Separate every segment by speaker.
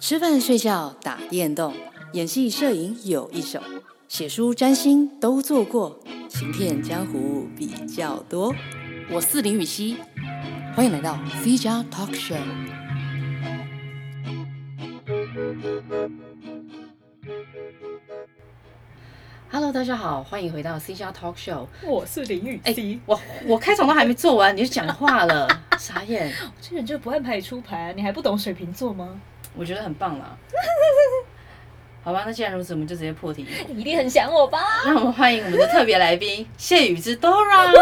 Speaker 1: 吃饭、睡觉、打电动、演戏、摄影有一手，写书、占星都做过，行骗江湖比较多。我是林雨熙，欢迎来到 C 加 Talk Show。Hello，大家好，欢迎回到 C 加 Talk Show。
Speaker 2: 我是林雨
Speaker 1: 哎、
Speaker 2: 熙，
Speaker 1: 我我开场都还没做完，你就讲话 了，傻眼。
Speaker 2: 哎这人就不按牌理出牌啊！你还不懂水瓶座吗？
Speaker 1: 我觉得很棒啦。好吧，那既然如此，我们就直接破题。
Speaker 2: 你一定很想我吧？
Speaker 1: 让我们欢迎我们的特别来宾谢雨之 Dora。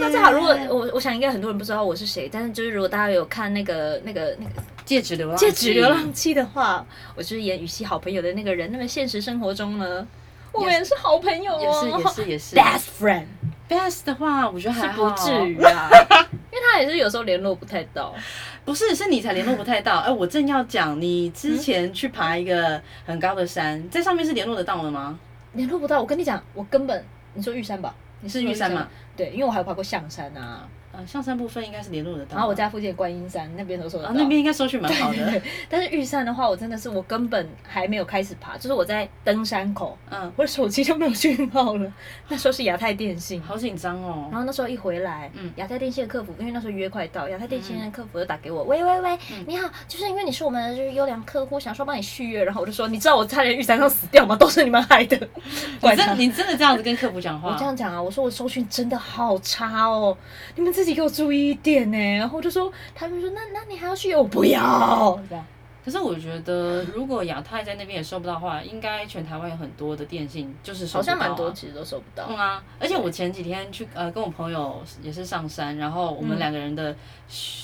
Speaker 2: 大家好，如果我我想应该很多人不知道我是谁，但是就是如果大家有看那个那个那个
Speaker 1: 戒指流浪，
Speaker 2: 戒指流浪，记的话，我就是演雨熙好朋友的那个人。那么现实生活中呢，我们也是好朋友
Speaker 1: 也是
Speaker 2: 哦
Speaker 1: 也是也是。
Speaker 2: ，best friend
Speaker 1: Best 的话，我觉得
Speaker 2: 是
Speaker 1: 还
Speaker 2: 不
Speaker 1: 好，
Speaker 2: 至于啊， 因为他也是有时候联络不太到。
Speaker 1: 不是是你才联络不太到。哎、我正要讲，你之前去爬一个很高的山，在上面是联络得到的吗？
Speaker 2: 联络不到，我跟你讲，我根本你说玉山吧，你
Speaker 1: 是
Speaker 2: 说
Speaker 1: 玉山吗？？
Speaker 2: 对，因为我还有爬过象山啊，
Speaker 1: 呃，象山部分应该是联络得到。
Speaker 2: 然后啊我家附近的观音山哦那边都收得
Speaker 1: 啊
Speaker 2: 到。
Speaker 1: 那边应该收讯蛮好
Speaker 2: 对
Speaker 1: 的。
Speaker 2: 但是玉山的话，我真的是我根本还没有开始爬，就是我在登山口，
Speaker 1: 嗯，
Speaker 2: 我的手机就没有讯号了。那时候是亚太电信，
Speaker 1: 好紧张哦
Speaker 2: 然。后那时候一回来，
Speaker 1: 嗯
Speaker 2: 亚太电信的客服，因为那时候约快到，亚太电信的客服就打给
Speaker 1: 嗯
Speaker 2: 我，喂喂喂，你好，就是因为你是我们的就是优良客户，想说帮你续约，然后我就说，你知道我差点在玉山上死掉吗？都是你们 害的，
Speaker 1: 你
Speaker 2: 管他
Speaker 1: 真。你真的这样子跟客服讲话？
Speaker 2: 我这样讲啊，我说我搜寻真的好差哦，你们自己给我注意一点呢。然后我就说，他们说那那你还要续约？我不要，这样。
Speaker 1: 可是我觉得，如果亚太在那边也收不到的话，应该全台湾有很多的电信就是收
Speaker 2: 好
Speaker 1: 不到、
Speaker 2: 像
Speaker 1: 啊，
Speaker 2: 蛮多，其实都收不到。
Speaker 1: 嗯啊，而且我前几天去呃跟我朋友也是上山，然后我们
Speaker 2: 嗯
Speaker 1: 两个人的、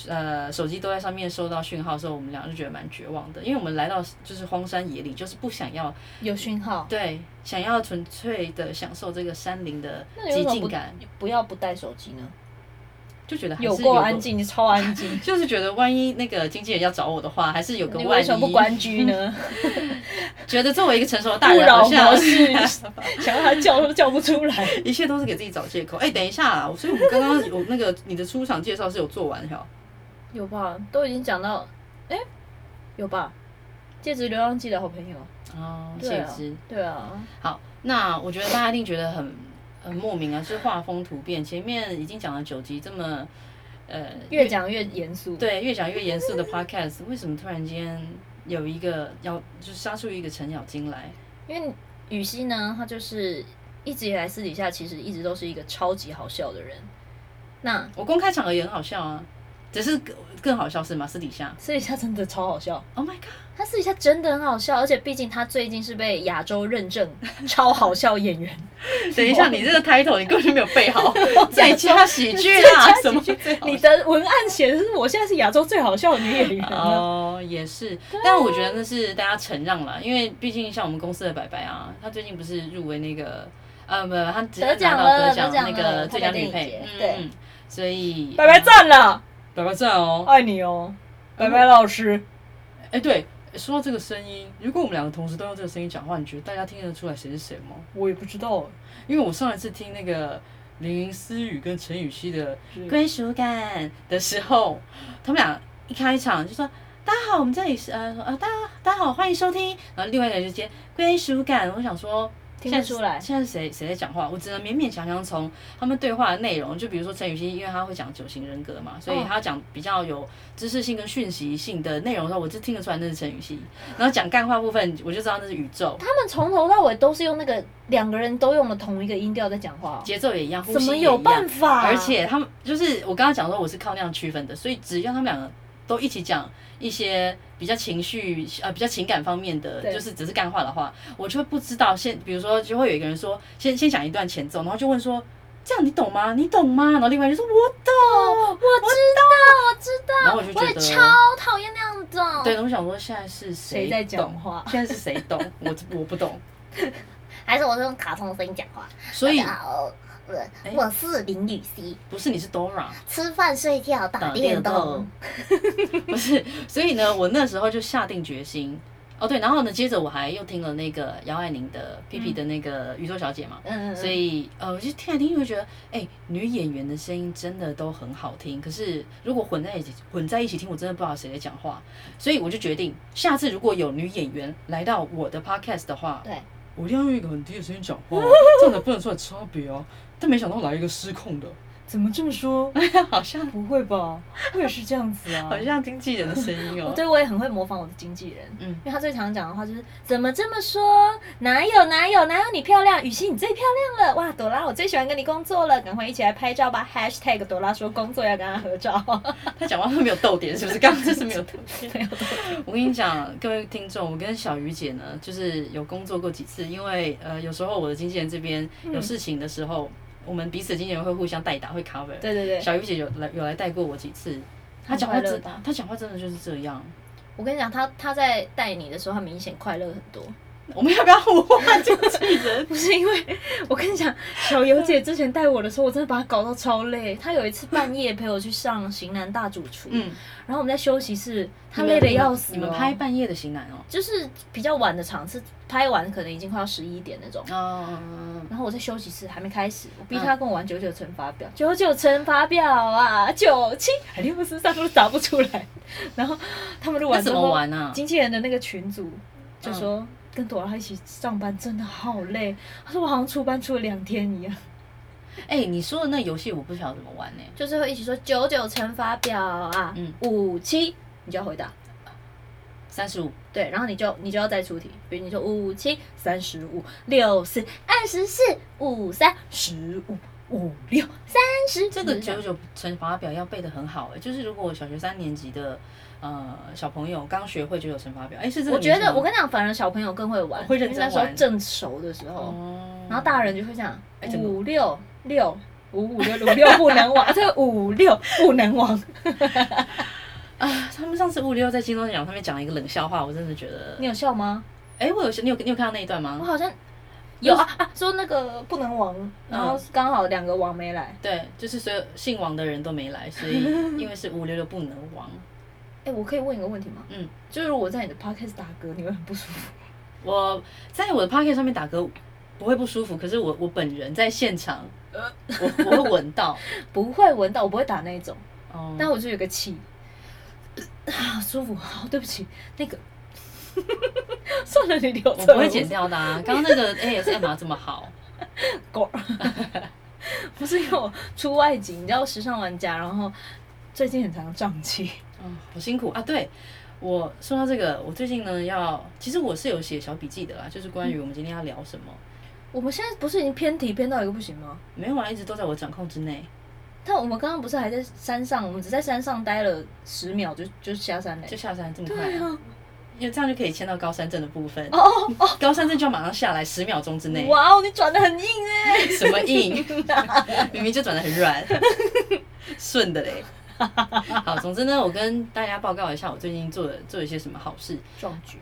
Speaker 1: 呃手机都在上面收到讯号的时候，我们俩就觉得蛮绝望的，因为我们来到就是荒山野岭，就是不想要
Speaker 2: 有讯号，
Speaker 1: 对想要纯粹的享受这个山林的
Speaker 2: 那你
Speaker 1: 寂
Speaker 2: 为什么
Speaker 1: 静感，
Speaker 2: 不要不带手机呢？
Speaker 1: 就觉得还是
Speaker 2: 有
Speaker 1: 有
Speaker 2: 够安，静，你超安 静。
Speaker 1: 就是觉得万一那个经纪人要找我的话，还是有个
Speaker 2: 你
Speaker 1: 万
Speaker 2: 为
Speaker 1: 一，
Speaker 2: 什么不关机呢？
Speaker 1: 觉得作为一个成熟的大
Speaker 2: 勿
Speaker 1: 人，
Speaker 2: 扰
Speaker 1: 好像
Speaker 2: 模式， 想让他叫都叫不出来。
Speaker 1: 一切都是给自己找借口。哎、等一下啊，所以我们刚刚有那个你的出场介绍是有做完的哦，
Speaker 2: 有吧？都已经讲到，哎、有吧？戒指流浪记的好朋友，
Speaker 1: 哦，
Speaker 2: 对
Speaker 1: 谢
Speaker 2: 啊
Speaker 1: 之。，
Speaker 2: 对啊，
Speaker 1: 好，那我觉得大家一定觉得很很莫名啊，就是画风突变。前面已经讲了九集这么呃
Speaker 2: 越讲越严肃。，
Speaker 1: 对越讲越严肃的 podcast，为什么突然间有一个要就是杀出一个程咬金来？
Speaker 2: 因为雨熙呢，她就是一直以来私底下其实一直都是一个超级好笑的人。那
Speaker 1: 我公开场合也很好笑啊，只是更更好笑是吗？私底下
Speaker 2: 私底下真的超好笑。
Speaker 1: ，Oh my god，
Speaker 2: 他私底下真的很好笑，而且毕竟他最近是被亚洲 认证超好笑演员，
Speaker 1: 等一下你这个 title 你根本就没有背 好，最佳喜剧啦，什么最好笑
Speaker 2: 你的文案写的是我现在是亚洲最好笑的女演员了。
Speaker 1: 哦，也是，
Speaker 2: 啊
Speaker 1: 但我觉得那是大家承让啦，因为毕竟像我们公司的白白啊，她最近不是入围那个，呃，不，她直接
Speaker 2: 得奖
Speaker 1: 拿到
Speaker 2: 了
Speaker 1: 得奖
Speaker 2: 得奖
Speaker 1: 那
Speaker 2: 了
Speaker 1: 个
Speaker 2: 台
Speaker 1: 最
Speaker 2: 北
Speaker 1: 佳
Speaker 2: 电
Speaker 1: 女
Speaker 2: 影
Speaker 1: 配
Speaker 2: 节，
Speaker 1: 嗯
Speaker 2: 对
Speaker 1: 嗯，所以
Speaker 2: 白白，
Speaker 1: 呃
Speaker 2: 赞了，
Speaker 1: 白白赞哦，
Speaker 2: 爱你哦，白白老师。
Speaker 1: 哎，对，说到这个声音，如果我们两个同时都用这个声音讲话，你觉得大家听得出来谁是谁吗？
Speaker 2: 我也不知道，
Speaker 1: 因为我上一次听那个林云思雨跟陈雨希的
Speaker 2: 是
Speaker 1: 归属感的时候，他们俩一开场就说。大家好，我们这里是呃呃，大家大家好，欢迎收听。然后另外一个人就接归属感，我想说
Speaker 2: 听不出来
Speaker 1: 现在是谁谁在讲话？我只能勉勉强强从他们对话的内容，就比如说陈雨欣，因为他会讲九型人格嘛，所以
Speaker 2: 哦
Speaker 1: 他讲比较有知识性跟讯息性的内容的时候，我就听得出来那是陈雨欣。然后讲干话部分，我就知道那是宇宙，
Speaker 2: 他们从头到尾都是用那个两个人都用了同一个音调在讲话哦，
Speaker 1: 节奏也一样，呼
Speaker 2: 怎
Speaker 1: 吸
Speaker 2: 么
Speaker 1: 也
Speaker 2: 有
Speaker 1: 一样
Speaker 2: 办法？
Speaker 1: 而且他们就是我刚刚讲说我是靠那样区分的，所以只要他们两个都一起讲一些比较情绪呃比较情感方面的，
Speaker 2: 对
Speaker 1: 就是只是干话的话，我就会不知道先，比如说就会有一个人说先先讲一段前奏，然后就问说。这样你懂吗？你懂吗？然后另外一个人就说我懂，
Speaker 2: 哦我知
Speaker 1: 然
Speaker 2: 道，我知道，
Speaker 1: 后我就觉
Speaker 2: 我
Speaker 1: 得
Speaker 2: 也超讨厌那样的。
Speaker 1: 对，，我想说现在是谁
Speaker 2: 谁在
Speaker 1: 懂
Speaker 2: 讲话
Speaker 1: 现在是谁懂？我我不懂，
Speaker 2: 还是我是用卡通声音讲话。
Speaker 1: 所以
Speaker 3: 大
Speaker 2: 啊
Speaker 3: 家好，我
Speaker 1: 哎
Speaker 3: 我是林雨熙，
Speaker 1: 不是你是 Dora，
Speaker 3: 吃饭睡 觉打电动，，
Speaker 1: 不是，所以呢，我那时候就下定决心，哦对，然后呢，接着我还又听了那个姚爱玲的 P P 的那个《宇宙小姐》嘛，
Speaker 2: 嗯
Speaker 1: 所以呃，我就听来听去会觉得，哎、女演员的声音真的都很好听。可是如果混在一起混在一起听，我真的不知道谁在讲话。所以我就决定，下次如果有女演员来到我的 podcast 的话，
Speaker 3: 对，
Speaker 1: 我一定要用一个很低的声音讲 话啊，这样才不能出来差别啊。但没想到来一个失控的，
Speaker 4: 怎么这么 说？
Speaker 1: 好像
Speaker 4: 不会吧？我也是这样子啊。
Speaker 1: 好像经纪人的声音 哦、
Speaker 2: 对，我也很会模仿我的经纪人，
Speaker 1: 嗯
Speaker 2: 因为他最常讲的话就是怎么这么说？哪有哪有哪有你漂亮？雨欣你最漂亮了！哇，朵拉我最喜欢跟你工作了，赶快一起来拍照吧！#hashtag 朵拉说工作要跟他合照，
Speaker 1: 他讲话会没有逗点，是不是？刚刚这是没有逗点。 我跟你讲，各位听众，我跟小鱼姐呢，就是有工作过几次，因为呃，有时候我的经纪人这边有事情的时候，我们彼此经纪人会互相代打，会 cover。
Speaker 2: 对对对，
Speaker 1: 小鱼姐有来有来带过我几次，她
Speaker 2: 很
Speaker 1: 讲话
Speaker 2: 快乐
Speaker 1: 真
Speaker 2: 吧，
Speaker 1: 她讲话真的就是这样。
Speaker 2: 我跟你讲，他他在带你的时候，他明显快乐很多。
Speaker 1: 我们要不要互换经纪人？
Speaker 2: 不是因为我跟你讲，小游姐之前带我的时候，我真的把她搞到超累。她有一次半夜陪我去上《型男大主厨》，
Speaker 1: 嗯，
Speaker 2: 然后我们在休息室，她
Speaker 1: 你们
Speaker 2: 累得要死、哦
Speaker 1: 你们拍，半夜的型男哦。
Speaker 2: 就是比较晚的场次，拍完可能已经快要十一点那种。
Speaker 1: 哦，
Speaker 2: 然后我在休息室还没开始，我逼她跟我玩九九乘法表，九九乘法表啊，九七还六四三都打不出来。然后他们录
Speaker 1: 那
Speaker 2: 完之
Speaker 1: 怎
Speaker 2: 后，
Speaker 1: 么玩啊？
Speaker 2: 经纪人的那个群组就说。跟朵拉一起上班真的好累，他说我好像出班出了两天一样。
Speaker 1: 哎、你说的那游戏我不晓得怎么玩呢、
Speaker 2: 就是会一起说九九乘法表啊，
Speaker 1: 嗯
Speaker 2: 五七，你就要回答，
Speaker 1: 三十五，
Speaker 2: 对，然后你就你就要再出题，比如你说五七三十五六四二十四五三十五五六三十，
Speaker 1: 这个
Speaker 2: 你就
Speaker 1: 九九乘法表要背得很好哎、就是如果小学三年级的呃小朋友刚学会九九乘法表，哎、是这个
Speaker 2: 我觉
Speaker 1: 名字
Speaker 2: 得
Speaker 1: 吗
Speaker 2: 我跟你讲，反而小朋友更会玩，
Speaker 1: 会认真玩
Speaker 2: 因为那时候正熟的时候，
Speaker 1: 哦，
Speaker 2: 然后大人就会这样
Speaker 1: 哎真的
Speaker 2: 五六六五五六五六不能忘，这个五六不能忘，
Speaker 1: 啊，他们上次物流在金钟奖上面讲了一个冷笑话，我真的觉得
Speaker 2: 你，有笑吗？
Speaker 1: 哎、我有你有你有看到那一段
Speaker 2: 我
Speaker 1: 吗？
Speaker 2: 好像有啊啊，说那个不能忘，然后刚好两个王没来。
Speaker 1: 对，就是所有姓王的人都没来， 所以因为是五六六不能亡。
Speaker 2: 哎、我可以问一个问题吗？
Speaker 1: 嗯，
Speaker 2: 就是如果在你的 podcast 打嗝，你会很不舒服。
Speaker 1: 我在我的 p o c k e t 上面打嗝不会不舒服，可是我我本人在现场，
Speaker 2: 呃
Speaker 1: 我我会闻 到。
Speaker 2: 不会闻到，我不会打那一种，
Speaker 1: 哦，
Speaker 2: 但我就有个气，啊，舒服。好，对不起，那个，算了，你留
Speaker 1: 我
Speaker 2: 着，
Speaker 1: 不会剪掉的啊，刚刚那个 ASMR 这么好。
Speaker 2: 狗。 不是因为我出外景，你知道时尚玩家，然后最近很常胀气。
Speaker 1: 哦，好辛苦啊！对，我说到这个，我最近呢要，其实我是有写小笔记的啦，就是关
Speaker 2: 嗯
Speaker 1: 于我们今天要聊什么。
Speaker 2: 我们现在不是已经偏题偏到一个不行吗？
Speaker 1: 没有啊，一直都在我掌控之内，
Speaker 2: 但我们刚刚不是还在山上，我们只在山上待了十秒就就下山嘞、
Speaker 1: 就下山这么快、
Speaker 2: 对啊，
Speaker 1: 因为这样就可以签到高山症的部分。
Speaker 2: 哦哦哦，
Speaker 1: 高山症就要马上下来，十秒钟之内，
Speaker 2: 哇哦，你转的很硬哎、
Speaker 1: 什么硬，明明就转得很软， 顺的嘞。好，总之呢，我跟大家报告一下我最近做的做了一些什么好事。
Speaker 2: 壮举。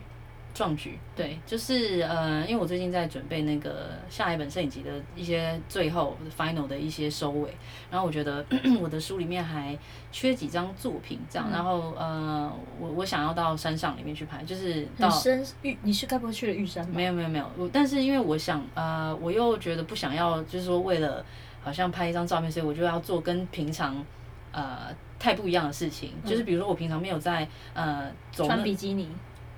Speaker 1: 壮举，对，就是呃，因为我最近在准备那个下一本摄影集的一些最后 final 的一些收尾，然后我觉得 我的书里面还缺几张作品，这
Speaker 2: 嗯
Speaker 1: 样，然后呃，我我想要到山上里面去拍，就是到
Speaker 2: 很深玉，你是该不会去了玉山吧？
Speaker 1: 没有没有没有，我但是因为我想呃，我又觉得不想要，就是说为了好像拍一张照片，所以我就要做跟平常呃太不一样的事情，就是比如说我平常没有在呃走
Speaker 2: 嗯穿
Speaker 1: 那
Speaker 2: 比基尼，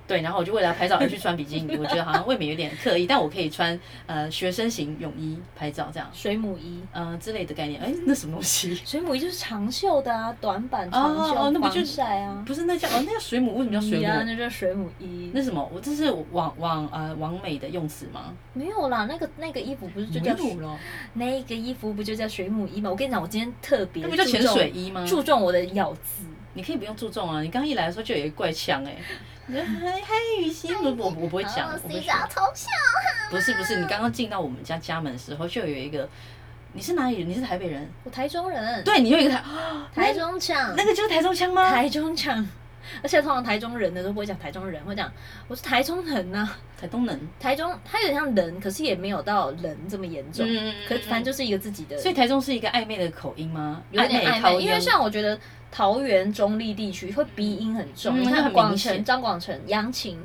Speaker 1: 对，然后我就为了拍照而去穿比基尼，我觉得好像未免有点刻意，但我可以穿呃学生型泳衣拍照这样，
Speaker 2: 水母衣，
Speaker 1: 呃之类的概念。哎，那什么东西？
Speaker 2: 水母衣就是长袖的啊，短版长袖，
Speaker 1: 哦哦那不就
Speaker 2: 防晒啊？
Speaker 1: 不是那叫哦，那叫水母，为什么叫水
Speaker 2: 呀，
Speaker 1: 母？
Speaker 2: 嗯那就是水母衣
Speaker 1: 那。什么？我这是网网呃网美的用词吗？
Speaker 2: 没有啦，那个那个衣服不是就叫水
Speaker 1: 了，
Speaker 2: 那个衣服不就叫水母衣吗？我跟你讲，我今天特别
Speaker 1: 那不叫
Speaker 2: 注
Speaker 1: 潜
Speaker 2: 重
Speaker 1: 水衣吗？
Speaker 2: 注重我的咬字。
Speaker 1: 你可以不用注重啊，你刚一来的时候就有一个怪腔哎、你就嗨嗨雨欣，我我我不会讲，
Speaker 3: 好
Speaker 1: 我
Speaker 2: 哦
Speaker 1: 不会
Speaker 3: 洗
Speaker 1: 讲
Speaker 3: 澡头像，
Speaker 1: 不是不是，你刚刚进到我们家家门的时候就有一个，你是哪里人？你是台北人？
Speaker 2: 我台中人，
Speaker 1: 对，你有一个台，
Speaker 2: 台中腔，
Speaker 1: 那个就是台中腔吗？
Speaker 2: 台中腔。而且通常台中人的都不会讲台中人，会讲我是台中人呐、
Speaker 1: 台东人。
Speaker 2: 台中，它有点像人，可是也没有到人这么严重。
Speaker 1: 嗯
Speaker 2: 可是反正就是一个自己的，
Speaker 1: 所以台中是一个暧昧的口音吗？
Speaker 2: 有点暧
Speaker 1: 口
Speaker 2: 昧，
Speaker 1: 音，
Speaker 2: 因为像我觉得桃园中立地区会鼻音很重，
Speaker 1: 嗯
Speaker 2: 你
Speaker 1: 那
Speaker 2: 看
Speaker 1: 很
Speaker 2: 广
Speaker 1: 明显
Speaker 2: 城、张广成、杨晴，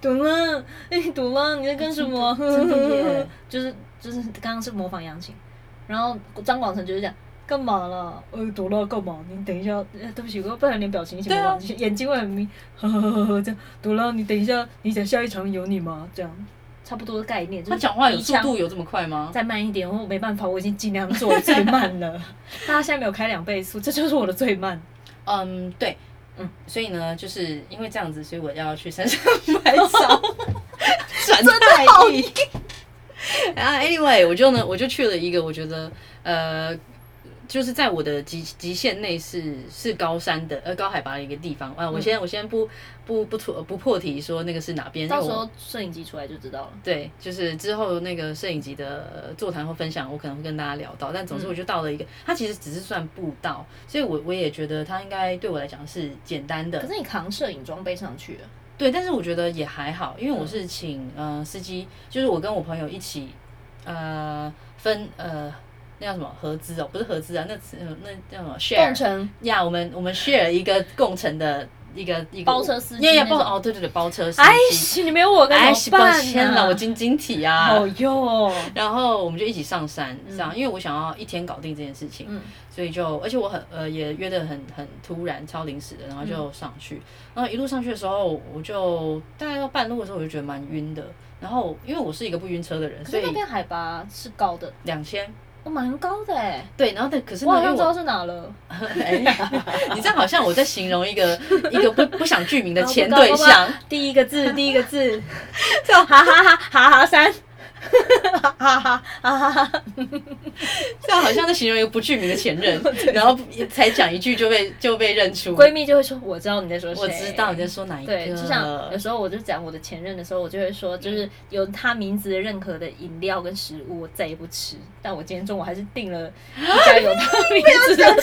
Speaker 2: 朵拉，哎、朵拉，你在干什么？
Speaker 1: 真的 耶
Speaker 2: 就是就是刚刚是模仿扬琴，然后张广成就是讲干嘛啦？呃，朵拉干嘛？你等一下，呃、对不起，我不然连表情一起模
Speaker 1: 对啊
Speaker 2: 仿，眼睛会很眯，呵呵呵呵这样。朵拉，你等一下，你想下一场有你吗？这样差不多的概念。就是
Speaker 1: 他讲话有
Speaker 2: 鼻
Speaker 1: 速
Speaker 2: 腔
Speaker 1: 度有这么快吗？
Speaker 2: 再慢一点，我没办法，我已经尽量做最慢 了。大家现在没有开两倍速，这就是我的最慢。
Speaker 1: 嗯，对，嗯
Speaker 2: 嗯，
Speaker 1: 所以呢，就是因为这样子，所以我要去山 上买草，真的
Speaker 2: 好
Speaker 1: 意。然后啊 anyway，我就呢，我就去了一个我觉得呃，就是在我的极极限内是是高山的呃高海拔的一个地方啊。我先、我先不不不出不破题说那个是哪边，因为
Speaker 2: 到
Speaker 1: 我
Speaker 2: 时候摄影机出来就知道了。
Speaker 1: 对，就是之后那个摄影集的呃座谈或分享，我可能会跟大家聊到。但总之，
Speaker 2: 嗯
Speaker 1: 我就到了一个，它其实只是算步道，所以我我也觉得它应该对我来讲是简单
Speaker 2: 可
Speaker 1: 的。
Speaker 2: 是你扛摄影装备上去了，
Speaker 1: 对，但是我觉得也还好，因为
Speaker 2: 嗯
Speaker 1: 我是请呃司机，就是我跟我朋友一起，呃分呃那叫什么合资哦，不是合资啊，那次、呃那叫什么 share
Speaker 2: 共乘
Speaker 1: 呀我们我们 share 一个共乘的一个一个
Speaker 2: 包车司机
Speaker 1: 呀呀
Speaker 2: 那
Speaker 1: 包
Speaker 2: 种
Speaker 1: 哦对对对包车司机，
Speaker 2: 哎西，你没有我该
Speaker 1: 哎
Speaker 2: 怎么
Speaker 1: 抱
Speaker 2: 办、啊？
Speaker 1: 歉了，我晶晶体啊，
Speaker 2: 好哦哟，
Speaker 1: 然后我们就一起上山，这样，因为我想要一天搞定这件事情，
Speaker 2: 嗯
Speaker 1: 所以就，而且我很呃也约得很很突然，超临时的，然后
Speaker 2: 嗯
Speaker 1: 就上去，然后一路上去的时候，我就大概到半路的时候，我就觉得蛮晕的，然后因为我是一个不晕车的人，
Speaker 2: 可
Speaker 1: 所以
Speaker 2: 是那边海拔是高的，
Speaker 1: 两千
Speaker 2: 哦，蛮高的哎、
Speaker 1: 对，然后但可是
Speaker 2: 我
Speaker 1: 呢，
Speaker 2: 好
Speaker 1: 因为
Speaker 2: 像知道
Speaker 1: 我
Speaker 2: 是哪了。
Speaker 1: 哎你这样好像我在形容一 个一个不不想具名的前
Speaker 2: 好啊不
Speaker 1: 对
Speaker 2: 高不高
Speaker 1: 象，
Speaker 2: 第一个 字，第一个字，就哈哈哈哈哈山， 哈哈哈哈哈哈。
Speaker 1: 这样好像在形容一个不具名的前 任，然后才讲一句就被就被认出，
Speaker 2: 闺蜜就会说，我知道你在说谁，
Speaker 1: 我知道你在说哪一个，嗯
Speaker 2: 对，就像有时候我就讲我的前任的时候，我就会说，就是有他名字的任何的饮料跟食物，我再也不吃。但我今天中午还是 订了一家有他名字的。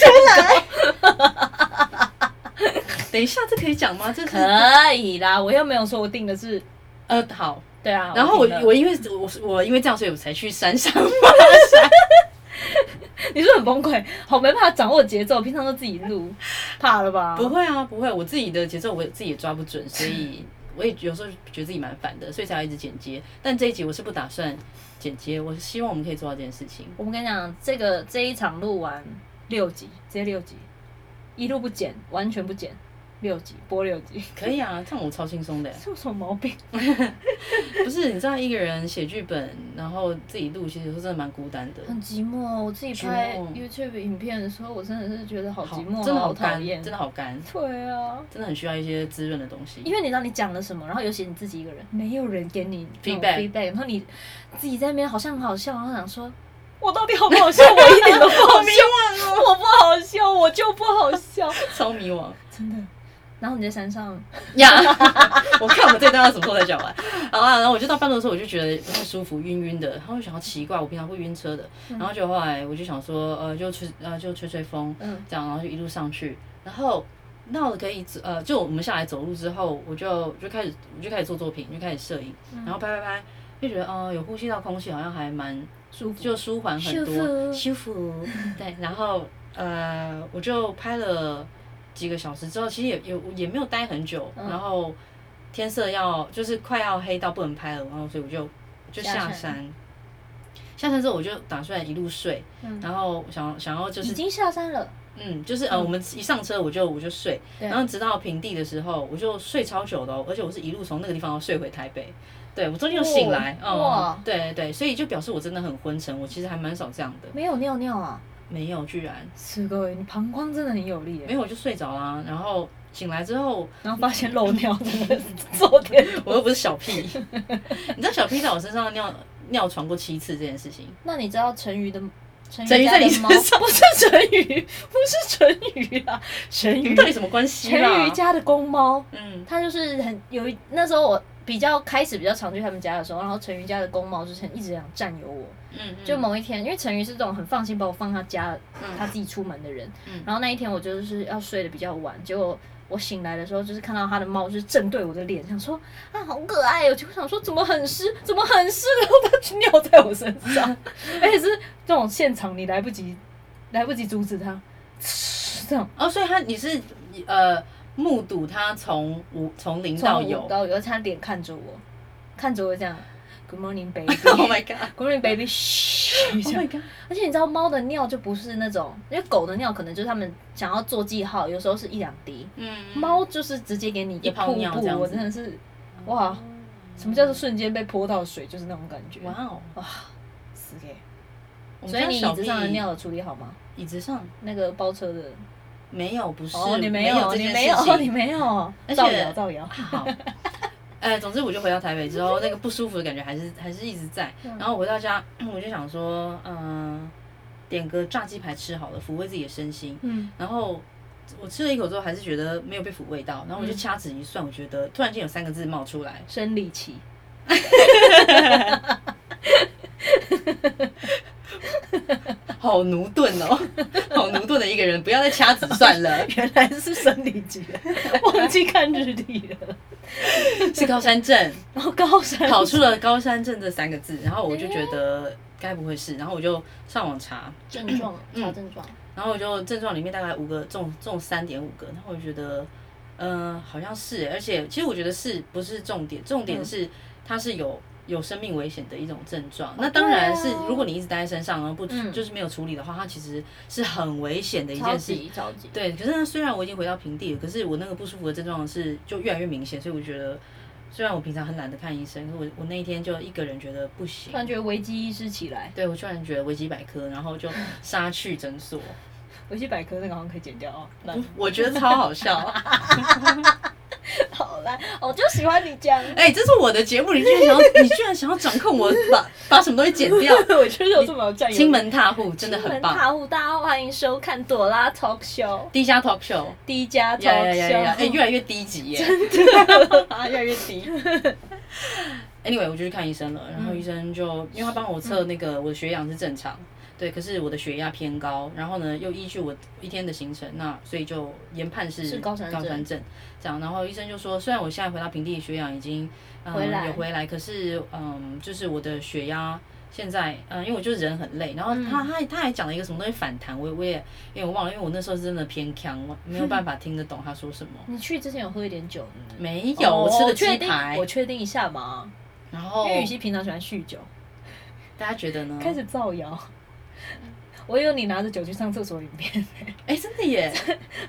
Speaker 1: 等一下，这可以讲吗？这是
Speaker 2: 可以啦，我又没有说我订的是，
Speaker 1: 呃好。
Speaker 2: 对啊。
Speaker 1: 然后我
Speaker 2: 订了
Speaker 1: 我因为我我因为这样，所以我才去山上。
Speaker 2: 你是不是很崩溃，好没办法掌握节奏，平常都自己 录，怕了 吧？
Speaker 1: 不，会啊，不会，我自己的节奏我自己也抓不准，所 以我也有时候觉得自己蛮烦的，所以才要一直剪接。但这一集我是不打算剪接，我希望我们可以做到这件事情。
Speaker 2: 我们跟你讲，这个这一场录完六集，直接六集，一路不剪，完全不剪，六集播六集，
Speaker 1: 可以啊，这样我超轻松的。
Speaker 2: 这有什么毛病？
Speaker 1: 不是，你知道一个人写剧本，然后自己录，其实有时候真的蛮孤单的。
Speaker 2: 很寂寞。啊我自己
Speaker 1: 寂寞
Speaker 2: 拍 YouTube 影片的时候，我真的是觉得好
Speaker 1: 啊好
Speaker 2: 寂寞，啊
Speaker 1: 真的
Speaker 2: 好讨
Speaker 1: 干，
Speaker 2: 厌，
Speaker 1: 真的。好干，
Speaker 2: 对啊，
Speaker 1: 真的很需要一些滋润的东西。
Speaker 2: 因为你知道你讲了什么，然后尤其你自己一个人，没有人给你那种
Speaker 1: Feedback
Speaker 2: feedback，然后你自己在那边好像很好笑，然后想说。 我到底好不好笑？ 我一点都不好笑，我不好笑，我就不好笑，
Speaker 1: 超迷惘。
Speaker 2: 真的。然后你在山上，
Speaker 1: 呀我看我们这段要什么时候才讲完？好啊，然后我就到半路的时候，我就觉得不太舒服，晕晕的。然后我想要奇怪，我平常会晕车的。
Speaker 2: 嗯
Speaker 1: 然后就后来我就想说，呃，就吹呃就吹吹风，
Speaker 2: 嗯
Speaker 1: 这样，然后就一路上去，然后闹了可以走呃，就我们下来走路之后，我就就开始我就开始做作品，就开始摄影，
Speaker 2: 嗯
Speaker 1: 然后拍拍拍，就觉得哦、呃有呼吸到空气，好像还蛮
Speaker 2: 舒服
Speaker 1: 就舒缓很多，
Speaker 2: 舒服
Speaker 1: 舒服。对，然后呃，我就拍了几个小时之后，其实也也也没有待很久，
Speaker 2: 嗯
Speaker 1: 然后天色要就是快要黑到不能拍了，然后所以我就就下
Speaker 2: 下山
Speaker 1: 山。下山之后，我就打算一路睡，
Speaker 2: 嗯
Speaker 1: 然后想想要就
Speaker 2: 已
Speaker 1: 是
Speaker 2: 经下山了，
Speaker 1: 嗯，就是呃，我们一上车我就我就睡，
Speaker 2: 对
Speaker 1: 然后直到平地的时候，我就睡超久的、哦，而且我是一路从那个地方睡回台北。对我中间又醒来，
Speaker 2: 哦哇
Speaker 1: 嗯，对对对，所以就表示我真的很昏沉，我其实还蛮少这样的，
Speaker 2: 没有尿尿啊，
Speaker 1: 没有居然
Speaker 2: 是各位，你膀胱真的很有力耶
Speaker 1: 没。有我就睡着啦、然后醒来之后，
Speaker 2: 然后发现漏尿，真的是 昨天。
Speaker 1: 我又不是小屁， 你知道小屁在我身上尿尿床过七次这件事情，
Speaker 2: 那你知道成语的成
Speaker 1: 成语
Speaker 2: 家
Speaker 1: 在
Speaker 2: 的
Speaker 1: 你身
Speaker 2: 猫
Speaker 1: 上
Speaker 2: 不是成语，不是成语啊，成
Speaker 1: 你们
Speaker 2: 语
Speaker 1: 到底什么关系
Speaker 2: 成
Speaker 1: 啦
Speaker 2: 语？家的公猫，
Speaker 1: 嗯，
Speaker 2: 它就是很有一那时候我比较开始比较常去他们家的时候，然后成瑜家的公猫就是很一直想占有我，
Speaker 1: 嗯嗯，
Speaker 2: 就某一天，因为陈宇是这种很放心把我放他家
Speaker 1: 嗯，
Speaker 2: 他自己出门的人
Speaker 1: 嗯，
Speaker 2: 然后那一天我就是要睡得比较晚，结果我醒来的时候就是看到他的猫就是正对我的脸，想说啊好可爱哦，结果想说怎么很湿，怎么很湿，然后它去尿在我身上， 而且是这种现场你来不及来不及阻止它，这样
Speaker 1: 哦，所以他你是呃目睹他从无从零
Speaker 2: 从
Speaker 1: 到
Speaker 2: 我
Speaker 1: 有。
Speaker 2: 到有，他脸看着我，看着我这样，Good morning
Speaker 1: Oh
Speaker 2: baby，Good
Speaker 1: my god！Oh
Speaker 2: morning baby，嘘，这样
Speaker 1: my god！
Speaker 2: 而且你知道猫的尿就不是那种，因为狗的尿可能就是他们想要做记号，有时候是一两滴，
Speaker 1: 嗯，
Speaker 2: 猫就是直接给你
Speaker 1: 一
Speaker 2: 个
Speaker 1: 泡
Speaker 2: 瀑
Speaker 1: 尿这样
Speaker 2: 布，我
Speaker 1: 子
Speaker 2: 真的是哇，什么叫做瞬间被泼到水，就是那种感觉，
Speaker 1: 哇哦！
Speaker 2: 死给。
Speaker 1: 我们
Speaker 2: 所
Speaker 1: 家
Speaker 2: 以你
Speaker 1: 小
Speaker 2: 椅子上的
Speaker 1: 弟
Speaker 2: 尿有处理好吗？
Speaker 1: 椅子上
Speaker 2: 那个包车的
Speaker 1: 没有，不是
Speaker 2: 哦，你
Speaker 1: 没
Speaker 2: 有，
Speaker 1: 这
Speaker 2: 你
Speaker 1: 件
Speaker 2: 没
Speaker 1: 事
Speaker 2: 有， 你
Speaker 1: 情。
Speaker 2: 没有，
Speaker 1: 而且
Speaker 2: 造谣造谣，
Speaker 1: 好， 哎，总之我就回到台北之后，那个不舒服的感觉还是 还是一直在。
Speaker 2: 嗯
Speaker 1: 然后我回到家， 我就想说，嗯、点个炸鸡排吃好了，抚慰自己的身心。
Speaker 2: 嗯，
Speaker 1: 然后我吃了一口之后，还是觉得没有被抚慰到。然后我就
Speaker 2: 嗯
Speaker 1: 掐指一算，我觉得突然间有三个字冒出来，
Speaker 2: 生理期，
Speaker 1: 好驽钝哦， 好驽钝的一个人，不要再掐指算 了，
Speaker 2: 原来是生理期， 忘记看日历了，
Speaker 1: 是高山症。
Speaker 2: 然后高山
Speaker 1: 跑出了高山症这三个字，然后我就觉得该不会是，然后我就上网查，
Speaker 2: 症状查症状，
Speaker 1: 然后我就症状里面大概五个中中三点五个，然后我就觉得，嗯、好像是耶，而且其实我觉得是不是重点，重
Speaker 2: 嗯
Speaker 1: 点是它是有。有生命危险的一种症状，那当然是如果你一直待在身上，然后不、
Speaker 2: 哦啊嗯
Speaker 1: 就是没有处理的话，它其实是很危险的一
Speaker 2: 超
Speaker 1: 件事情。
Speaker 2: 级超级，
Speaker 1: 对，可是呢，虽然我已经回到平地了，可是我那个不舒服的症状是就越来越明显，所以我觉得，虽然我平常很懒得看医生，可是我我那一天就一个人觉得不行
Speaker 2: 突，然觉得危机意识起来，
Speaker 1: 对我突然觉得维基百科，然后就杀去诊所，
Speaker 2: 维基百科那个好像可以剪掉 哦，那
Speaker 1: 我觉得超好笑。
Speaker 2: 好啦，我就喜欢你这 样，
Speaker 1: 哎、这是我的节目，你居然想要，你居然想要掌控我，把 把什么东西剪掉，
Speaker 2: 我就是有这么有占有欲，
Speaker 1: 亲门踏户，真的
Speaker 2: 亲
Speaker 1: 很
Speaker 2: 门
Speaker 1: 棒。
Speaker 2: 踏户，大家欢迎收看朵拉 Talk Show
Speaker 1: 地下 talk show，
Speaker 2: 低加 Talk
Speaker 1: 呀呀呀
Speaker 2: Show，啊
Speaker 1: 呀！哎、 越来越低级耶，越来越低。Anyway，我就去看医生了，然后
Speaker 2: 嗯
Speaker 1: 医生就、因为他帮我测那个我的血氧是正常，对，可是我的血压偏高，然后呢又依据我一天的行程，那所以就研判是
Speaker 2: 是高山症
Speaker 1: 症这样。然后医生就说，虽然我现在回到平地，血氧已经、嗯、
Speaker 2: 回来
Speaker 1: 有回来，可是嗯，就是我的血压。现在，嗯，因为我就是人很累，然后
Speaker 2: 嗯
Speaker 1: 他、他他还讲了一个什么东西反弹，我我也因为我忘了，因为我那时候是真的偏强，我没有办法听得懂他说 什么。
Speaker 2: 你去之前有喝一点酒？
Speaker 1: 没有，我吃的鸡
Speaker 2: 确定
Speaker 1: 排
Speaker 2: 哦我。确定一下嘛，
Speaker 1: 然后
Speaker 2: 因为雨熙平常喜欢酗酒，
Speaker 1: 大家觉得呢？
Speaker 2: 哦开始造谣。 我有你拿着酒去上厕所影片，
Speaker 1: 哎，真的耶！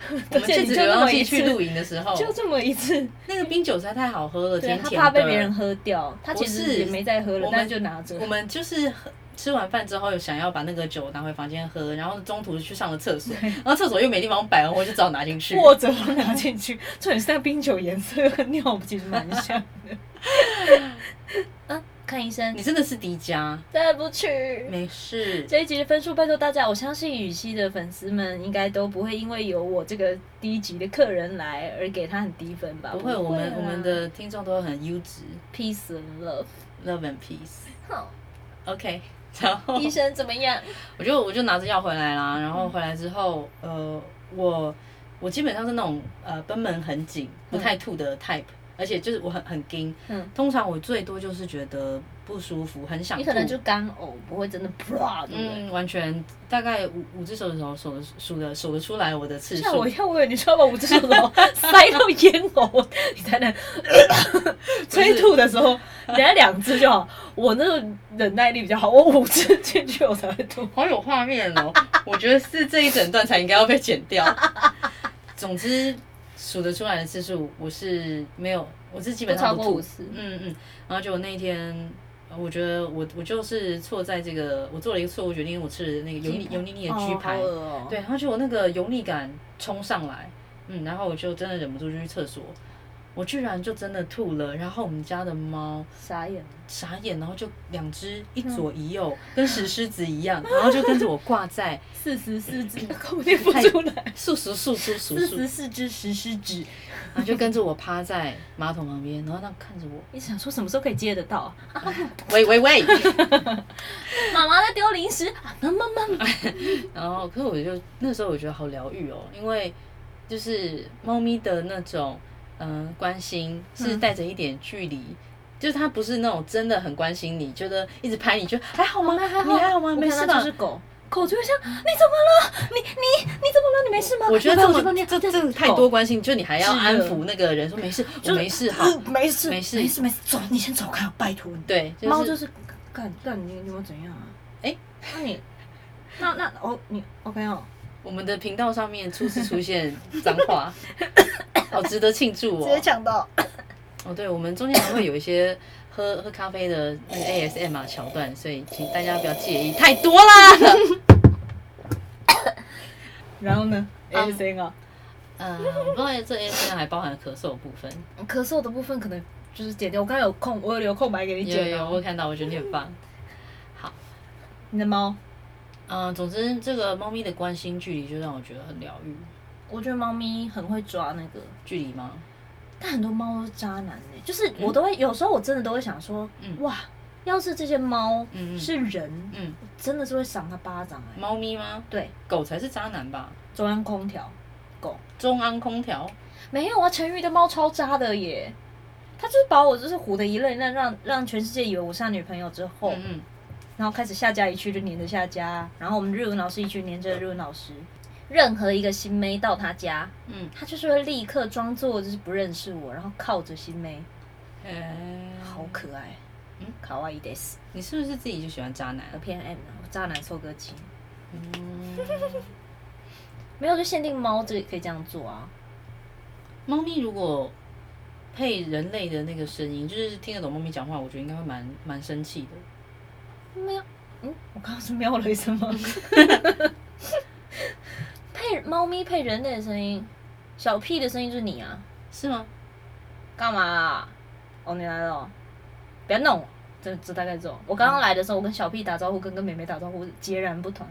Speaker 1: 我
Speaker 2: 而
Speaker 1: 们
Speaker 2: 且
Speaker 1: 这
Speaker 2: 你
Speaker 1: 次
Speaker 2: 就
Speaker 1: 流
Speaker 2: 那
Speaker 1: 浪
Speaker 2: 么一
Speaker 1: 记
Speaker 2: 次
Speaker 1: 去，露营的时候，
Speaker 2: 就这么一 次，
Speaker 1: 那个冰酒实在太好喝了，
Speaker 2: 对
Speaker 1: 甜
Speaker 2: 他
Speaker 1: 甜
Speaker 2: 怕
Speaker 1: 的。
Speaker 2: 被别人喝掉，他
Speaker 1: 不
Speaker 2: 其
Speaker 1: 是
Speaker 2: 实也没再喝了
Speaker 1: 我，们
Speaker 2: 但就拿着
Speaker 1: 我。们就是喝吃完饭之后，有想要把那个酒拿回房间喝，然后中途去上了厕所，然后厕所又没地方摆，我就只好拿进 去。
Speaker 2: 握着拿进去，重点是那冰酒颜色和尿其实蛮像的。 嗯，看医生
Speaker 1: 你，真的是迪迦，
Speaker 2: 对不起，
Speaker 1: 没事。
Speaker 2: 这一集的分数拜托大家，我相信雨熙的粉丝们应该都不会因为有我这个低级的客人来而给他很低分吧？啊
Speaker 1: 不会，我们
Speaker 2: 啦
Speaker 1: 我们的听众都很优质
Speaker 2: peace and love。
Speaker 1: ，love and peace。
Speaker 2: 好，
Speaker 1: OK，然后
Speaker 2: 医生怎么样？
Speaker 1: 我就我就拿着药回来
Speaker 2: 嗯
Speaker 1: 啦，然后回来之后，呃，我我基本上是那种呃贲门很紧、不太吐的 type，、而且就是我很很硬。
Speaker 2: 嗯
Speaker 1: 通常我最多就是觉得不舒服，很想
Speaker 2: 你
Speaker 1: 吐。
Speaker 2: 可能就干呕，不会真的啪，对不对？
Speaker 1: 嗯，完全大概五五只手指头数得数得数得出来我的次
Speaker 2: 吓我
Speaker 1: 数
Speaker 2: 一，跳，我以为你说要把五只手指 头塞到咽喉，你才 能催吐的时候，人家两只就好。我那个忍耐力比较好，我五只进去我才会吐。
Speaker 1: 好有画面哦！ 我觉得是这一整段才应该要被剪掉。总之数得出来的次数，我是没有，我是基本上
Speaker 2: 不
Speaker 1: 不
Speaker 2: 超过
Speaker 1: 吐
Speaker 2: 五次
Speaker 1: 嗯嗯，然后就那一天。呃我觉得我我就是错在这个，我做了一个错误决定，因为我吃了那个油腻油腻腻的鸡排，
Speaker 2: 哦
Speaker 1: 对，然后就我那个油腻感冲上来，嗯，然后我就真的忍不住就去厕所，我居然就真的吐了，然后我们家的猫
Speaker 2: 傻眼了。
Speaker 1: 傻眼，然后就两只一左一右，跟石狮子一样，然后就跟着我挂在
Speaker 2: 四十四只， 我念不出来。
Speaker 1: 速速速速速
Speaker 2: 四
Speaker 1: 速，
Speaker 2: 十四只石狮子，
Speaker 1: 然后就跟着我趴在马桶旁边，然后他看着我，
Speaker 2: 你想说什么时候可以接得到啊？
Speaker 1: 喂喂喂，
Speaker 2: 妈妈在丢零食，啊妈妈妈妈。
Speaker 1: 然后可是我就那时候我觉得好疗愈哦，因为就是猫咪的那种嗯、关心
Speaker 2: 嗯
Speaker 1: 是带着一点距离。就是它不是那种真的很关心你，觉得一直拍你，就还好吗？
Speaker 2: 哦还好
Speaker 1: 你还好吗？
Speaker 2: 我
Speaker 1: 没
Speaker 2: 看
Speaker 1: 事
Speaker 2: 它
Speaker 1: 吧？
Speaker 2: 就是狗，狗就会像你怎么了？你你你怎么了？你没事吗？
Speaker 1: 我觉得
Speaker 2: 然
Speaker 1: 这
Speaker 2: 后我就
Speaker 1: 么
Speaker 2: 帮你
Speaker 1: 这
Speaker 2: 样
Speaker 1: 这
Speaker 2: 样
Speaker 1: 太
Speaker 2: 狗
Speaker 1: 多关心，就你还要
Speaker 2: 是的
Speaker 1: 安抚那个人说没事，我没事，好，
Speaker 2: 嗯没事
Speaker 1: 没事
Speaker 2: 没事没事，走，你先走开，拜托你。
Speaker 1: 对，
Speaker 2: 猫
Speaker 1: 就
Speaker 2: 就是是干干你，你有没有怎样啊？
Speaker 1: 哎
Speaker 2: 那 你那那哦，你 OK 哦，
Speaker 1: 我们的频道上面初次出现脏 话，好值得庆祝哦！
Speaker 2: 抢到。
Speaker 1: 哦，对，我们中间还会有一些喝喝咖啡的那个 ASM 啊桥段，所以请大家不要介意，太多啦。
Speaker 2: 然后呢
Speaker 1: 嗯
Speaker 2: ？ASN 啊，
Speaker 1: 嗯，我不知道这 ASM 还包含咳嗽的部分，
Speaker 2: 咳嗽的部分可能就是剪掉。我刚刚有空，我有留空白给你
Speaker 1: 有有
Speaker 2: 剪
Speaker 1: 有，我
Speaker 2: 哦。
Speaker 1: 有看到，我觉得你很棒。
Speaker 2: 你的猫，
Speaker 1: 嗯，总之这个猫咪的关心距离就让我觉得很疗愈，
Speaker 2: 我觉得猫咪很会抓那个，
Speaker 1: 距离吗？
Speaker 2: 但很多猫都是渣男呢、就是我都会、有时候我真的都会想说，
Speaker 1: 嗯
Speaker 2: 哇，要是这些猫
Speaker 1: 嗯嗯
Speaker 2: 是人，
Speaker 1: 嗯，
Speaker 2: 真的是会赏它巴掌哎、
Speaker 1: 猫咪吗？
Speaker 2: 对，
Speaker 1: 狗才是渣男吧？
Speaker 2: 中央空调狗
Speaker 1: 中安空调，
Speaker 2: 没有啊，陈宇的猫超渣的耶，它就是把我就是唬的一愣一愣，让让全世界以为我是他女朋友之后，
Speaker 1: 嗯嗯，
Speaker 2: 然后开始下家一去就黏着下家，然后我们日文老师一去黏着日文老师。任何一个新妹到他家，
Speaker 1: 嗯，
Speaker 2: 他就是会立刻装作就是不认识我，然后靠着新妹，
Speaker 1: 哎，
Speaker 2: 好可爱，
Speaker 1: 嗯
Speaker 2: 嗯，卡哇伊です。
Speaker 1: 你是不是自己就喜欢渣男
Speaker 2: 我？偏 M 啊，我渣男收割机。
Speaker 1: 嗯，
Speaker 2: 没有就限定猫，这可以这样做啊。
Speaker 1: 猫咪如果配人类的那个声音，就是听得懂猫咪讲话，我觉得应该会蛮蛮生气的。
Speaker 2: 喵，嗯，我刚刚是喵了一声 吗？配猫咪配人类的声音，小屁的声音就是你啊？
Speaker 1: 是吗？
Speaker 2: 干嘛、啊？哦，你来了哦，不要弄我。这这大概这种。我刚刚来的时候，我跟小屁打招呼，跟跟妹妹打招呼截然不同。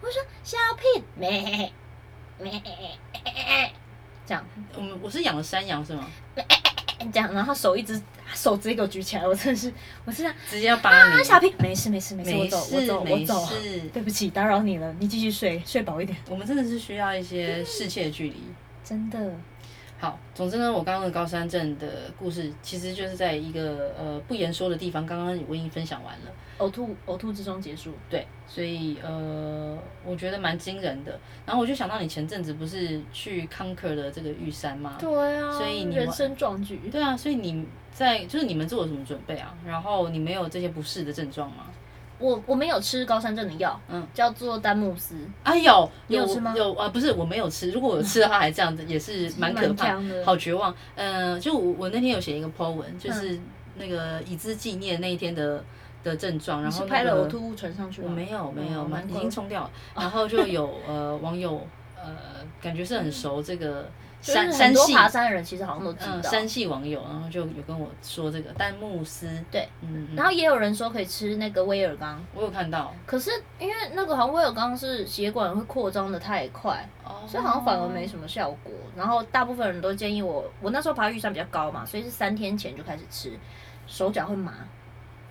Speaker 2: 我说小屁，咩咩，这样
Speaker 1: 嗯我们我是养了山羊是
Speaker 2: 啊
Speaker 1: 吗？
Speaker 2: 这样，然后手一直手直接给我举起来，我真的是，我是这样。
Speaker 1: 直接要扒你
Speaker 2: 啊，，小屁，没事没事没事，我
Speaker 1: 没
Speaker 2: 走我
Speaker 1: 事
Speaker 2: 走我
Speaker 1: 没
Speaker 2: 走。啊
Speaker 1: 事，
Speaker 2: 对不起，打扰你了，你继续睡，睡饱一点。
Speaker 1: 我们真的是需要一些世界距离。
Speaker 2: 真的，
Speaker 1: 好，总之呢，我刚刚的高山镇的故事，其实就是在一个呃不言说的地方，刚刚我已经分享完了。
Speaker 2: 呕吐呕吐之中结束。
Speaker 1: 对，所以呃，我觉得蛮惊人的。然后我就想到你前阵子不是去 conquer 了这个玉山吗？
Speaker 2: 对啊
Speaker 1: 所以你
Speaker 2: 人生壮举。
Speaker 1: 对啊，所以你在就是你们做了什么准备啊？然后你没有这些不适的症状吗？
Speaker 2: 我我没有吃高山症的药，
Speaker 1: 嗯
Speaker 2: 叫做丹木斯，
Speaker 1: 啊有
Speaker 2: 你有吃吗
Speaker 1: 有啊、不是我没有吃，如果我有吃的话还这样子，也 是蛮可怕，
Speaker 2: 呛的。嗯
Speaker 1: 好绝望。呃，就我我那天有写一个 po 文，就是那个以资纪念那一天的的症状，然
Speaker 2: 你
Speaker 1: 后、那
Speaker 2: 是
Speaker 1: 个、
Speaker 2: 拍了呕吐物传上去吗？
Speaker 1: 我没有没有，
Speaker 2: 哦
Speaker 1: 蛮
Speaker 2: 难
Speaker 1: 已
Speaker 2: 怪
Speaker 1: 经冲掉 了。然后就有呃网友呃感觉是很熟这个
Speaker 2: 嗯就是
Speaker 1: 山
Speaker 2: 很
Speaker 1: 山
Speaker 2: 多
Speaker 1: 系
Speaker 2: 爬山的人其实好像都知
Speaker 1: 嗯
Speaker 2: 道。
Speaker 1: 山系网友，然后就有跟我说这个丹慕斯
Speaker 2: 对，
Speaker 1: 嗯，嗯
Speaker 2: 然后也有人说可以吃那个威尔刚，
Speaker 1: 我有看到，
Speaker 2: 可是因为那个好像威尔刚是血管会扩张的太快，
Speaker 1: 哦
Speaker 2: 所以好像反而没什么效果。然后大部分人都建议我，我那时候爬玉山比较高嘛，所以是三天前就开始吃，手脚会麻，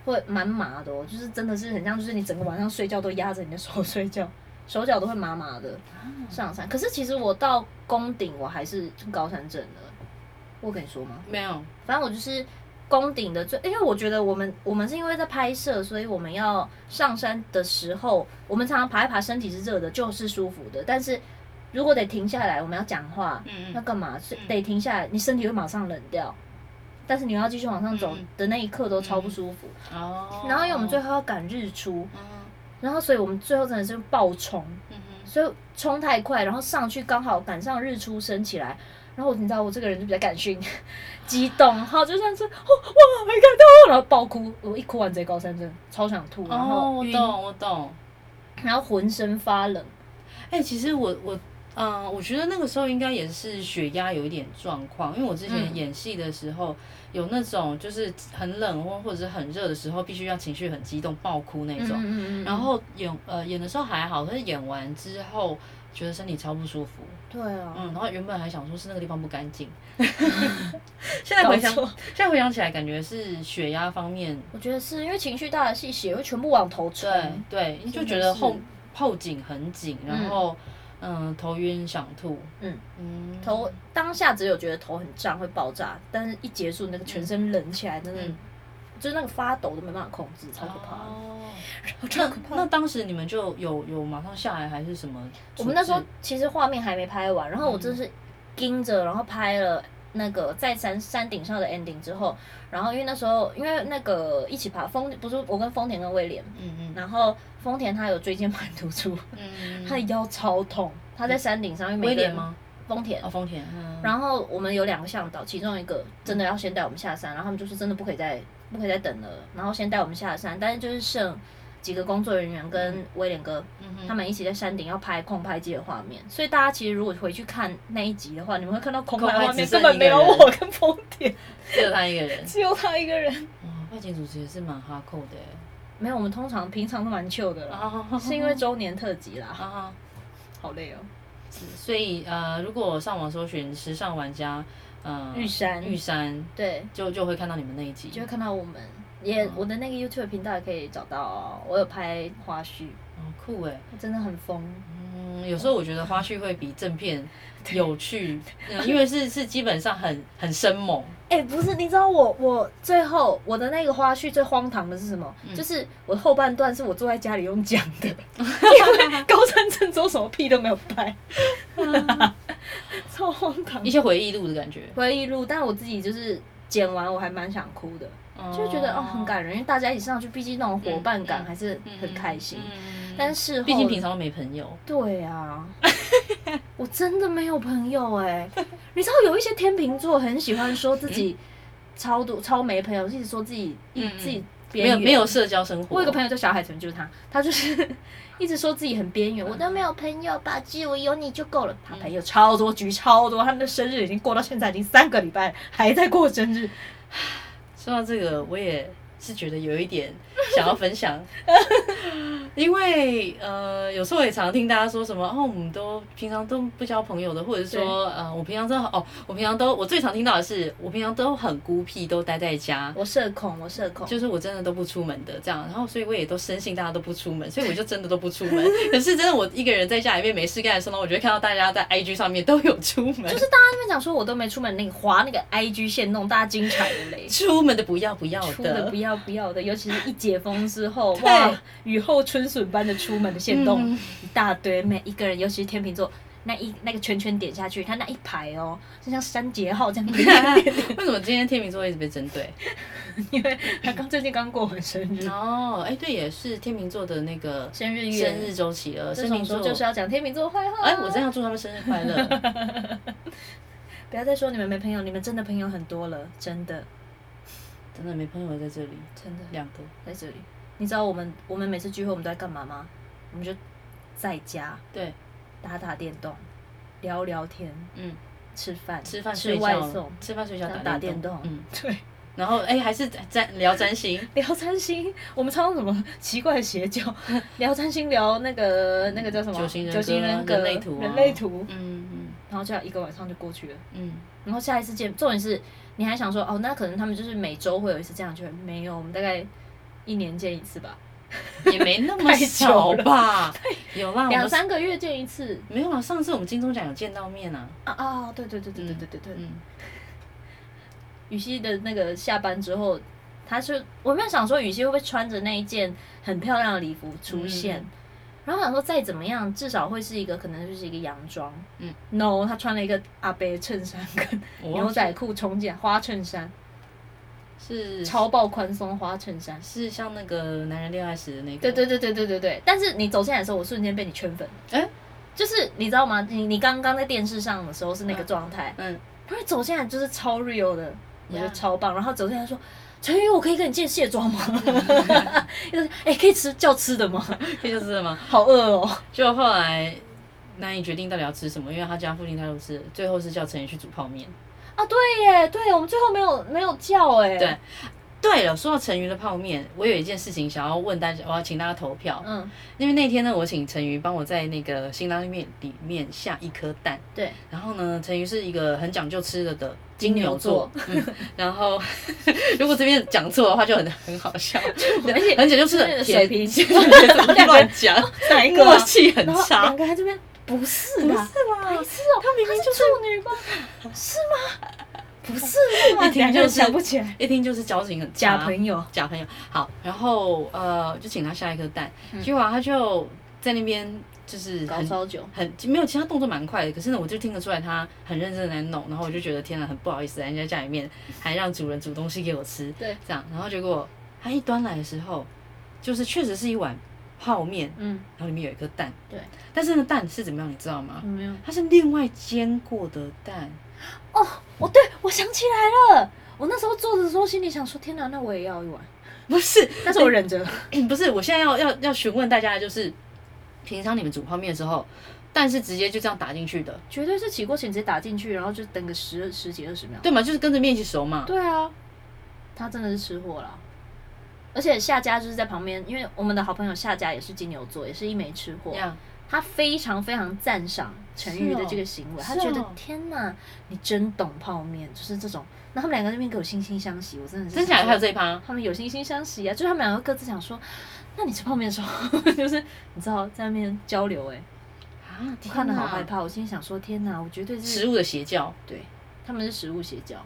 Speaker 2: 会蛮麻的、哦，就是真的是很像，就是你整个晚上睡觉都压着你的手睡觉，手脚都会麻麻的上山。可是其实我到宫顶我还是高山症的，我跟你说吗？
Speaker 1: 没有，
Speaker 2: 反正我就是宫顶的最，因为我觉得我们我们是因为在拍摄，所以我们要上山的时候，我们常常爬一爬，身体是热的，就是舒服的。但是如果得停下来，我们要讲话，
Speaker 1: 嗯
Speaker 2: 要
Speaker 1: 嗯，
Speaker 2: 干嘛？是得停下来，你身体会马上冷掉。但是你要继续往上走
Speaker 1: 嗯嗯
Speaker 2: 的那一刻都超不舒服。
Speaker 1: 哦，
Speaker 2: 然后因为我们最后要赶日出，
Speaker 1: 嗯
Speaker 2: 然后所以我们最后真的是爆冲，
Speaker 1: 嗯嗯
Speaker 2: 所以冲太快，然后上去刚好赶上日出升起来，然后你知道我这个人就比较感性， 激动，然后就像是哦哇，没看到，然后爆哭，我一哭完直接高山症，超想吐，然
Speaker 1: 哦，
Speaker 2: 后
Speaker 1: 我
Speaker 2: 晕，
Speaker 1: 懂我懂。
Speaker 2: 然后浑身发冷，
Speaker 1: 哎、其实我我嗯、我觉得那个时候应该也是血压有一点状况，因为我之前
Speaker 2: 嗯
Speaker 1: 演戏的时候、有那种就是很冷或或者是很热的时候，必须要情绪很激动爆哭那种。
Speaker 2: 嗯
Speaker 1: 然后演呃演的时候还好，可是演完之后觉得身体超不舒服，
Speaker 2: 对啊，
Speaker 1: 嗯，然后原本还想说是那个地方不干净， 现在回想
Speaker 2: 搞
Speaker 1: 现
Speaker 2: 错
Speaker 1: 在回想起来，感觉是血压方面，
Speaker 2: 我觉得是因为情绪大的戏血会全部往头冲，
Speaker 1: 对对，你就觉得后后颈很紧，然
Speaker 2: 嗯
Speaker 1: 后嗯头晕想吐，
Speaker 2: 嗯
Speaker 1: 嗯
Speaker 2: 头当下只有觉得头很胀会爆炸，但是一结束那个全身冷起来，真的
Speaker 1: 嗯
Speaker 2: 就是那个发抖都没办法控制，超可怕的。
Speaker 1: 哦，
Speaker 2: 超可怕
Speaker 1: 那当时你们就有有马上下来还是什么？
Speaker 2: 我们那时候其实画面还没拍完，然后我真
Speaker 1: 嗯
Speaker 2: 是盯着，然后拍了那个在山山顶上的 ending 之后，然后因为那时候因为那个一起爬丰不是我跟丰田跟威廉，
Speaker 1: 嗯嗯
Speaker 2: 然后丰田他有椎间盘突出，
Speaker 1: 嗯
Speaker 2: 他的腰超痛，他在山顶上，因为
Speaker 1: 威
Speaker 2: 每个人
Speaker 1: 廉？吗？
Speaker 2: 丰田
Speaker 1: 哦，。丰田。嗯
Speaker 2: 然后我们有两个向导，其中一个真的要先带我们下山，然后他们就是真的不可以再不可以再等了，然后先带我们下山，但是就是剩几个工作人员跟
Speaker 1: 嗯
Speaker 2: 威廉哥，他们一起在山顶要拍空拍机的画面，所以大家其实如果回去看那一集的话，你们会看到空拍画
Speaker 1: 空拍
Speaker 2: 面
Speaker 1: 只剩
Speaker 2: 根本没有
Speaker 1: 一个
Speaker 2: 我跟丰田，
Speaker 1: 只有他一个人。
Speaker 2: 只有他一个人。
Speaker 1: 哇，外景主持也是蛮哈扣的欸。
Speaker 2: 没有，我们通常平常都蛮 chill 的啦，
Speaker 1: 啊
Speaker 2: 是因为周年特辑啦，
Speaker 1: 啊，
Speaker 2: 哦好累哦。
Speaker 1: 所以呃，如果上网搜寻时尚玩家，呃，
Speaker 2: 哦玉山
Speaker 1: 玉山，
Speaker 2: 对，
Speaker 1: 就就会看到你们那一集。
Speaker 2: 就会看到我们也我的那个 YouTube 频道也可以找到哦，我有拍花絮，
Speaker 1: 哦，酷哎。
Speaker 2: 真的很疯。
Speaker 1: 嗯，有时候我觉得花絮会比正片有趣， 呃因为是是基本上很很生猛。
Speaker 2: 哎、不是，你知道我我最后我的那个花絮最荒唐的是什么？就是我后半段是我坐在家里用讲 的，因为高山症之后什么屁都没有拍， 超荒唐
Speaker 1: 一。些回忆录的感觉，
Speaker 2: 嗯回忆录，但我自己就是剪完我还蛮想哭的，就觉得哦嗯很感人，因为大家一起上去，毕竟那种伙伴感还是很开心。
Speaker 1: 嗯
Speaker 2: 但是
Speaker 1: 毕竟平常都没朋友，
Speaker 2: 对啊， 我真的没有朋友哎、你知道有一些天秤座很喜欢说自己超多超没朋友，一直说自己一、
Speaker 1: 嗯嗯
Speaker 2: 自己边
Speaker 1: 没
Speaker 2: 缘
Speaker 1: 有没有。社交生活。
Speaker 2: 我有个朋友叫小海豚，就是他，他就是 一直说自己很边缘。我
Speaker 3: 我
Speaker 2: 的
Speaker 3: 都没有朋友，吧唧，我有你就够了。
Speaker 2: 他朋友超多局超多，他们的生日已经过到现在已经三个礼拜了，还在过生日。
Speaker 1: 说到这个，我也是觉得有一点想要分享， 因为呃，有时候也常听大家说什么哦，我们都平常都不交朋友的，或者是说呃，我平常都哦，我平常都我最常听到的是，我平常都很孤僻，都待在家。
Speaker 2: 我社恐，我社恐，
Speaker 1: 就是我真的都不出门的这样，然后所以我也都深信大家都不出门，所以我就真的都不出门。 可是真的我一个人在家里面没事干的时候呢，我就会看到大家在 IG 上面都有出门，就是
Speaker 2: 他那边讲说我都没出门，那个滑那个 IG 线弄大家精彩的嘞。
Speaker 1: 出门的不要不要
Speaker 2: 出的
Speaker 1: 的
Speaker 2: 不，要不要的，尤其是一解封之后，
Speaker 1: 对
Speaker 2: 哇，雨后春笋般的出门的线动、一大堆，每一个人，尤其是天秤座。那一那个圈圈点下去，他那一排哦，就像三节号 这样子，
Speaker 1: 为什么今天天秤座一直被针对？
Speaker 2: 因为他刚最近刚过完生日，
Speaker 1: 哦，哎，对，也是天秤座的那个
Speaker 2: 嗯生日月，
Speaker 1: 生日周期了。
Speaker 2: 这
Speaker 1: 生
Speaker 2: 种
Speaker 1: 命
Speaker 2: 时候
Speaker 1: 座
Speaker 2: 就是要讲天秤座的坏话。哦
Speaker 1: 哎，我真的要祝他们生日快 乐。
Speaker 2: 不要再说你们没朋友，你们真的朋友很多了，真的
Speaker 1: 真的没朋友在这里，
Speaker 2: 真的
Speaker 1: 两个。
Speaker 2: 在这里。你知道我们我们每次聚会我们都在干嘛吗？我们就在家
Speaker 1: 对，
Speaker 2: 打打电动，聊聊天，
Speaker 1: 嗯，
Speaker 2: 吃饭，
Speaker 1: 吃饭
Speaker 2: 吃
Speaker 1: 睡
Speaker 2: 外
Speaker 1: 觉
Speaker 2: 送，，
Speaker 1: 吃饭睡觉
Speaker 2: 打
Speaker 1: 打
Speaker 2: 电动
Speaker 1: 嗯，
Speaker 2: 对，
Speaker 1: 然后哎，还是占聊占星。
Speaker 2: 聊占星，我们常常什么奇怪的邪教， 聊占星，聊那个那个叫什么
Speaker 1: 嗯九型人
Speaker 2: 九型
Speaker 1: 格啊
Speaker 2: 人格、
Speaker 1: 人类图啊
Speaker 2: 人类图，
Speaker 1: 嗯嗯
Speaker 2: 然后这样一个晚上就过去了。
Speaker 1: 嗯，
Speaker 2: 然后下一次见，重点是你还想说哦，那可能他们就是每周会有一次这样聚会，没有，我们大概一年见一次吧，
Speaker 1: 也没那么
Speaker 2: 太久
Speaker 1: 少
Speaker 2: 了
Speaker 1: 吧？有啊啦，我
Speaker 2: 两
Speaker 1: 们
Speaker 2: 三个月见一次
Speaker 1: 没有啦。上次我们金钟奖有见到面啊。
Speaker 2: 啊啊！对对对对对对对对，
Speaker 1: 嗯，
Speaker 2: 雨熙的那个下班之后，他是我没有想说雨熙会不会穿着那一件很漂亮的礼服出现，
Speaker 1: 嗯
Speaker 2: 然后我想说再怎么样，至少会是一个可能就是一个洋装。
Speaker 1: 嗯哦
Speaker 2: ，no，他穿了一个阿伯衬衫跟
Speaker 1: 我忘
Speaker 2: 牛
Speaker 1: 记
Speaker 2: 仔裤重剪花衬衫，
Speaker 1: 是
Speaker 2: 超爆宽松花衬衫。
Speaker 1: 是像那个男人恋爱时的那个。
Speaker 2: 对对对对对对对，但是你走进来的时候，我瞬间被你圈粉。
Speaker 1: 哎
Speaker 2: 就是你知道吗？你你刚刚在电视上的时候是那个状态，
Speaker 1: 嗯，
Speaker 2: 然后走进来就是超 real 的，我觉得
Speaker 1: Yeah
Speaker 2: 超棒。然后走进来说：“陈宇，我可以跟你借卸妆吗？” 就是哎、可以吃叫吃的吗？
Speaker 1: 这就是了吗？
Speaker 2: 好饿哦！
Speaker 1: 就后来难以决定到底要吃什么，因为他家附近他都吃，最后是叫陈怡去煮泡面。
Speaker 2: 啊，对耶，对，我们最后没有没有叫哎。
Speaker 1: 对对了，说到陈瑜的泡面，我有一件事情想要问大家，我要请大家投票，
Speaker 2: 嗯，
Speaker 1: 因为那天呢，我请陈瑜帮我在那个辛拉面里面下一颗蛋，
Speaker 2: 对，
Speaker 1: 然后呢，陈瑜是一个很讲究吃的的金牛座，嗯，然后如果这边讲错的话就很很好笑，
Speaker 2: 而且
Speaker 1: 很讲究吃
Speaker 2: 就是
Speaker 1: 的
Speaker 2: 水
Speaker 1: 甜
Speaker 2: 平
Speaker 1: 乱 讲，
Speaker 2: 哪一
Speaker 1: 默契很
Speaker 2: 然后哎啊
Speaker 1: 差
Speaker 2: 两。个人这边不是
Speaker 1: 不是
Speaker 2: 啦，
Speaker 1: 啦，
Speaker 2: 是哦，
Speaker 1: 他明明就是
Speaker 2: 处女吗？是吗？不是嘛，
Speaker 1: 一听
Speaker 2: 两个人
Speaker 1: 就是
Speaker 2: 想不起来。
Speaker 1: 一听就是交情很
Speaker 2: 假
Speaker 1: 差
Speaker 2: 朋友，
Speaker 1: 假朋友。好，然后呃，就请他下一颗蛋，结果啊他就在那边就是
Speaker 2: 嗯搞
Speaker 1: 很
Speaker 2: 超久，
Speaker 1: 很没有，其实他动作蛮快的，可是呢，我就听得出来他很认真的在弄，然后我就觉得天哪，很不好意思，人家家里面还让主人煮东西给我吃，
Speaker 2: 对，
Speaker 1: 这样，然后结果他一端来的时候，就是确实是一碗泡面，
Speaker 2: 嗯，
Speaker 1: 然后里面有一颗蛋，
Speaker 2: 对，
Speaker 1: 但是那个蛋是怎么样，你知道吗？
Speaker 2: 没有。
Speaker 1: 它是另外煎过的蛋，
Speaker 2: 哦，对，我想起来了，我那时候做的时候心里想说，天哪，那我也要 一碗，
Speaker 1: 不是，
Speaker 2: 但是我忍着了。
Speaker 1: 不是，我现在要要要询问大家的就是，平常你们煮泡面的时候，蛋是直接就这样打进去的，
Speaker 2: 绝对是起锅前直接打进去，然后就等个十十几二十秒。
Speaker 1: 对吗？就是跟着面一起熟嘛。
Speaker 2: 对啊，他真的是吃货了。而且夏家就是在旁边，因为我们的好朋友夏家也是金牛座，也是一枚吃货，
Speaker 1: 呀，
Speaker 2: 他非常非常赞赏陈宇的这个行为，
Speaker 1: 是哦
Speaker 2: 他觉得、
Speaker 1: 是哦
Speaker 2: 天哪，你真懂泡面，就是这种。那他们两个在那边给我惺惺相惜，我真的是
Speaker 1: 真假的还有
Speaker 2: 这，
Speaker 1: 这一趴，
Speaker 2: 他们有惺惺相惜啊，就是他们两个各自想说，那你吃泡面的时候， 就是你知道在那边交流、哎，
Speaker 1: 啊，
Speaker 2: 我
Speaker 1: 天
Speaker 2: 看的好害
Speaker 1: 哪，
Speaker 2: 怕，我心里想说，天哪，我绝对是
Speaker 1: 食物的邪教。
Speaker 2: 对，他们是食物邪教，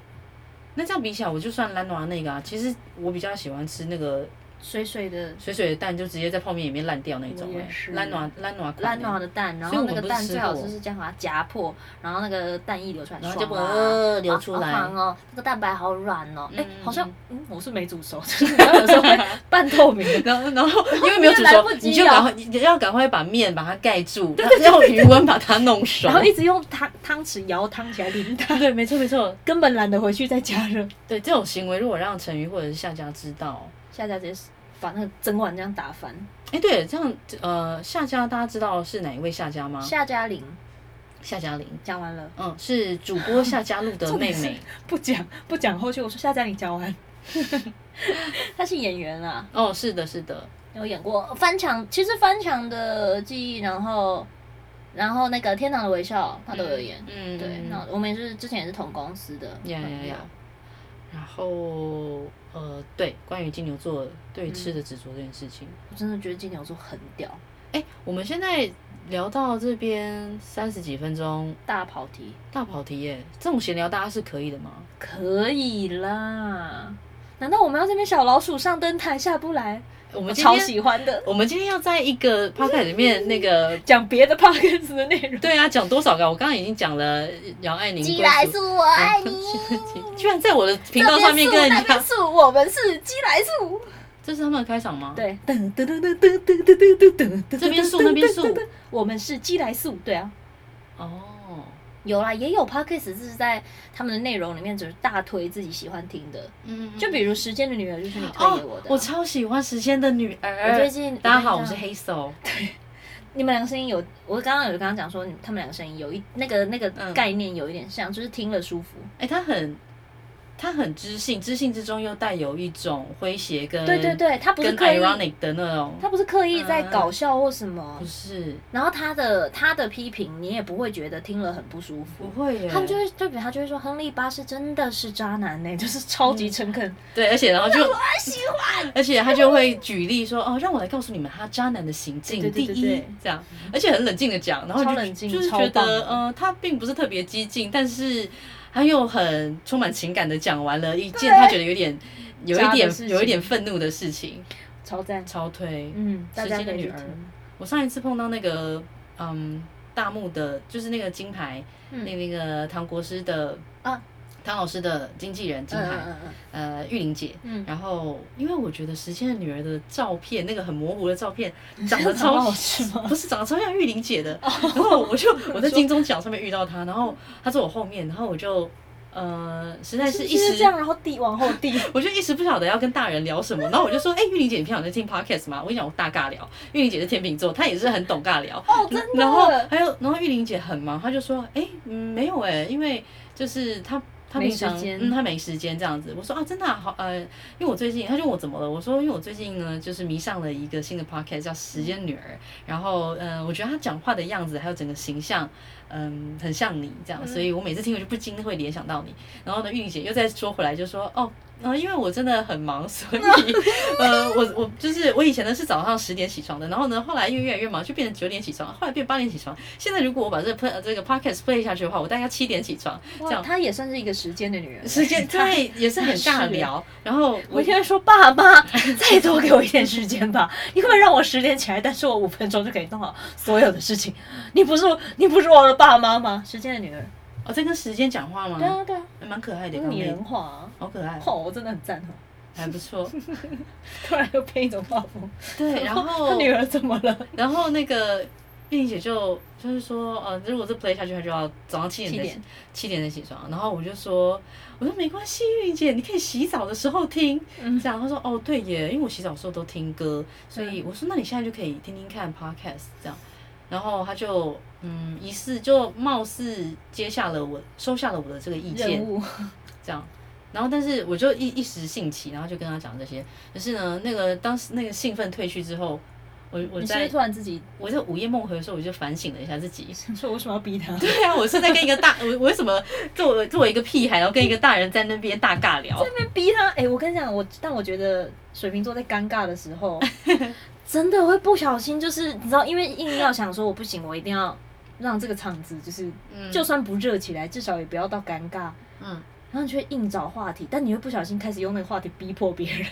Speaker 1: 那这样比起来，我就算兰暖那个啊，其实我比较喜欢吃那个
Speaker 2: 水水的
Speaker 1: 水水的蛋，就直接在泡面里面烂掉那种、
Speaker 2: 我也
Speaker 1: 欸。
Speaker 2: 是
Speaker 1: 兰暖兰暖款
Speaker 2: 烂
Speaker 1: 欸
Speaker 2: 暖的蛋，然
Speaker 1: 所以
Speaker 2: 后
Speaker 1: 我
Speaker 2: 那
Speaker 1: 们
Speaker 2: 个
Speaker 1: 不是
Speaker 2: 蛋
Speaker 1: 吃
Speaker 2: 最好
Speaker 1: 货
Speaker 2: 就是这样把它夹破，然后那个蛋液流出来，
Speaker 1: 然后就
Speaker 2: 爽啊
Speaker 1: 呃流出来
Speaker 2: 好好棒哦，那个蛋白好软哦，哎，好像
Speaker 1: 嗯
Speaker 2: 嗯我是没煮熟， 就是你有时候会半透明。
Speaker 1: 然后，然后因为没有 煮熟，你
Speaker 2: 你
Speaker 1: 就
Speaker 2: 也
Speaker 1: 赶快，
Speaker 2: 来
Speaker 1: 你要赶快把面把它盖住，要余温把它弄熟
Speaker 2: 然。后一直用汤汤匙舀汤起来淋它，
Speaker 1: 对，没错没错，
Speaker 2: 根本懒得回去再加热。
Speaker 1: 对这种行为，如果让陈瑜或者是夏家知道，
Speaker 2: 下家直接把那个整碗这样打翻。
Speaker 1: 哎，对，这样呃，夏家大家知道是哪一位夏家吗？
Speaker 2: 夏嘉玲
Speaker 1: 夏嘉玲，
Speaker 2: 讲完了，
Speaker 1: 嗯，是主播夏家 路的妹妹。
Speaker 2: 不讲不讲后续，我说夏嘉玲讲完。 她是演员啊，
Speaker 1: 哦，是的，是的，
Speaker 2: 有演过翻墙，其实翻墙的记忆，然后然后那个天堂的微笑，他都有演。
Speaker 1: 嗯，
Speaker 2: 对，那嗯我们也是之前也是同公司的
Speaker 1: 呀呀
Speaker 2: 朋友
Speaker 1: 呀。然后呃，对，关于金牛座对于
Speaker 2: 嗯
Speaker 1: 吃的执着这件事情，
Speaker 2: 我真的觉得金牛座很屌，
Speaker 1: 哎，我们现在聊到这边三十几分钟，
Speaker 2: 大跑题
Speaker 1: 大跑题耶，这种闲聊大家是可以的吗？
Speaker 2: 可以啦。难道我们要这边小老鼠上灯台下不来？
Speaker 1: 我
Speaker 2: 我
Speaker 1: 们今
Speaker 2: 超
Speaker 1: 天
Speaker 2: 喜欢的，
Speaker 1: 我们今天要在一个 p o d c a s t 里面那个。
Speaker 2: 讲别的 p o d c a s 的内 容。
Speaker 1: 对啊，讲多少个？我刚刚已经讲了杨爱宁。
Speaker 3: 鸡来
Speaker 1: 素，
Speaker 3: 素，我爱你。
Speaker 1: 居然在我的频道上面跟人
Speaker 2: 那边
Speaker 1: 家，
Speaker 2: 是我们是鸡来素，
Speaker 1: 这是他们的开场吗？，
Speaker 2: 对，噔噔噔噔噔噔噔噔噔噔，
Speaker 1: 这边素那边素。
Speaker 2: 我们是鸡来素，对啊。嗯
Speaker 1: 哦，
Speaker 2: 有啦，也有 podcast 是在他们的内容里面，就是大推自己喜欢听的，
Speaker 1: 嗯，
Speaker 2: 就比如《时间的女儿》就是你推给我
Speaker 1: 哦
Speaker 2: 的啊、，
Speaker 1: 我超喜欢《时间的女儿》。
Speaker 2: 我最近
Speaker 1: 大家好，我
Speaker 2: 我
Speaker 1: 是
Speaker 2: 最近
Speaker 1: 黑手。
Speaker 2: 你们两个声音有，我刚刚有刚刚讲说，你他们两个声音有一那个那个
Speaker 1: 嗯
Speaker 2: 概念有一点像，就是听了舒服。
Speaker 1: 哎，他很，他很知性，知性之中又带有一种诙谐跟
Speaker 2: 对对，对，他不是
Speaker 1: 跟
Speaker 2: 刻意，
Speaker 1: ironic 的那种。
Speaker 2: 他不是刻意在
Speaker 1: 嗯
Speaker 2: 搞笑或什么，
Speaker 1: 不是，
Speaker 2: 然后他的他的批评你也不会觉得听了很不舒服
Speaker 1: 不。会耶。
Speaker 2: 他们就会对比，他就会说亨利八世真的是渣男呢、欸 就是超级诚恳。
Speaker 1: 对，而且然后就我喜欢，而且他就会举例说哦，让我来告诉你们他渣男的行径，
Speaker 2: 对对对
Speaker 1: 第
Speaker 2: 对
Speaker 1: 一这样，而且很冷静的讲，然后
Speaker 2: 超
Speaker 1: 就
Speaker 2: 冷静
Speaker 1: 就是
Speaker 2: 超
Speaker 1: 觉
Speaker 2: 棒
Speaker 1: 得嗯、呃他并不是特别激进，但是他又很充满情感的讲完了一件他觉得有点有一
Speaker 2: 渣的
Speaker 1: 点
Speaker 2: 事
Speaker 1: 有一
Speaker 2: 情
Speaker 1: 点愤怒的事情，
Speaker 2: 超赞。
Speaker 1: 超推。
Speaker 2: 嗯，大家
Speaker 1: 时间
Speaker 2: 可
Speaker 1: 的
Speaker 2: 以
Speaker 1: 女
Speaker 2: 去
Speaker 1: 儿
Speaker 2: 听。
Speaker 1: 我上一次碰到那个嗯大木的，就是那个金牌，
Speaker 2: 嗯
Speaker 1: 那那个唐国师的
Speaker 2: 啊。
Speaker 1: 唐老师的经纪人金牌，
Speaker 2: 嗯嗯
Speaker 1: 呃，玉玲姐，
Speaker 2: 嗯
Speaker 1: 然后因为我觉得时间的女儿的照片，那个很模糊的照片，长 得超
Speaker 2: 好哦吃吗？
Speaker 1: 不是长得超 像玉玲姐的，然后我就我在金钟奖上面遇到她，然后她坐我后面，然后我就呃，实在是一时
Speaker 2: 是这样，然后递往后 递。
Speaker 1: 我就一时不晓得要跟大人聊什么，然后我就说，哎、玉玲姐，你平常在听 podcast 吗？我跟你讲，我大尬聊。玉玲姐是天秤座，她也是很懂尬聊。哦，真的。然后还有，然后玉玲姐很忙，她就说，哎、嗯，没有哎、因为就是她。她
Speaker 2: 没
Speaker 1: 平常
Speaker 2: 时间
Speaker 1: 嗯，她没时间这样子。我说啊，真的、啊、好呃，因为我最近，她就问我怎么了，我说因为我最近呢，就是迷上了一个新的 podcast 叫《时间女儿》，然后嗯、呃我觉得她讲话的样子还有整个形象，嗯，很像你这样，所以我每次听我就不禁会联想到你。然后呢，玉玲姐又再说回来，就说哦，然后因为我真的很忙， 所以呃，我我就是我以前呢是早上十点起床的，然后呢后来因为越来越忙，就变成九点起床，后来变八点起床。现在如果我把这个 play 呃这个 podcast play 下去的话，我大概七点起床，这
Speaker 2: 哇，
Speaker 1: 样
Speaker 2: 她也算是一个时间的女 人。
Speaker 1: 时间对也 是很
Speaker 2: 是
Speaker 1: 尬聊。然后
Speaker 2: 我现在说爸妈， 再多给我一点时间吧，你可不可以让我十点起来？但是我五分钟就可以弄好所有的事情。你不是你不是我的爸妈吗？时间的女儿，
Speaker 1: 我哦在跟时间讲话吗？哎
Speaker 2: 对啊对啊，
Speaker 1: 还蛮可爱的，
Speaker 2: 那
Speaker 1: 刚
Speaker 2: 拟
Speaker 1: 妹
Speaker 2: 人化啊，
Speaker 1: 好可爱，
Speaker 2: 哦， 我真的很赞同。
Speaker 1: 还不错。
Speaker 2: 突然又变一种画风，
Speaker 1: 对，然
Speaker 2: 他
Speaker 1: 后
Speaker 2: 女儿怎么了？
Speaker 1: 然后那个玉玲姐就就是说，呃，如果这 play 下去，她就要早上七点
Speaker 2: 七
Speaker 1: 才
Speaker 2: 点
Speaker 1: 起七点才起床。然后我就说，我说没关系，玉玲姐，你可以洗澡的时候听。
Speaker 2: 嗯
Speaker 1: 这样她说，哦，对耶，因为我洗澡的时候都听歌，所
Speaker 2: 嗯
Speaker 1: 以我说，那你现在就可以听听看 podcast 这样。然后她就嗯，疑似就貌似接下了我收下了我的这个意见，
Speaker 2: 任务
Speaker 1: 这样。然后，但是我就一一时兴起，然后就跟他讲这些。可是呢，那个当时那个兴奋退去之后，我我
Speaker 2: 你是不
Speaker 1: 在
Speaker 2: 是突然自己
Speaker 1: 我在午夜梦回的时候，我就反省了一下自己。
Speaker 2: 想说，我为什么要逼他？
Speaker 1: 对啊，我是在跟一个大 我我为什么作为作为一个屁孩，然后跟一个大人在那边大尬聊？
Speaker 2: 逼他？哎、我跟你讲，我但我觉得水瓶座在尴尬的时 候，真的会不小心，就是你知道，因为硬要想说我不行，我一定要让这个场子就是，
Speaker 1: 嗯
Speaker 2: 就算不热起来，至少也不要到尴尬。
Speaker 1: 嗯，
Speaker 2: 然后你就会硬找话题，但你会不小心开始用那个话题逼迫别人，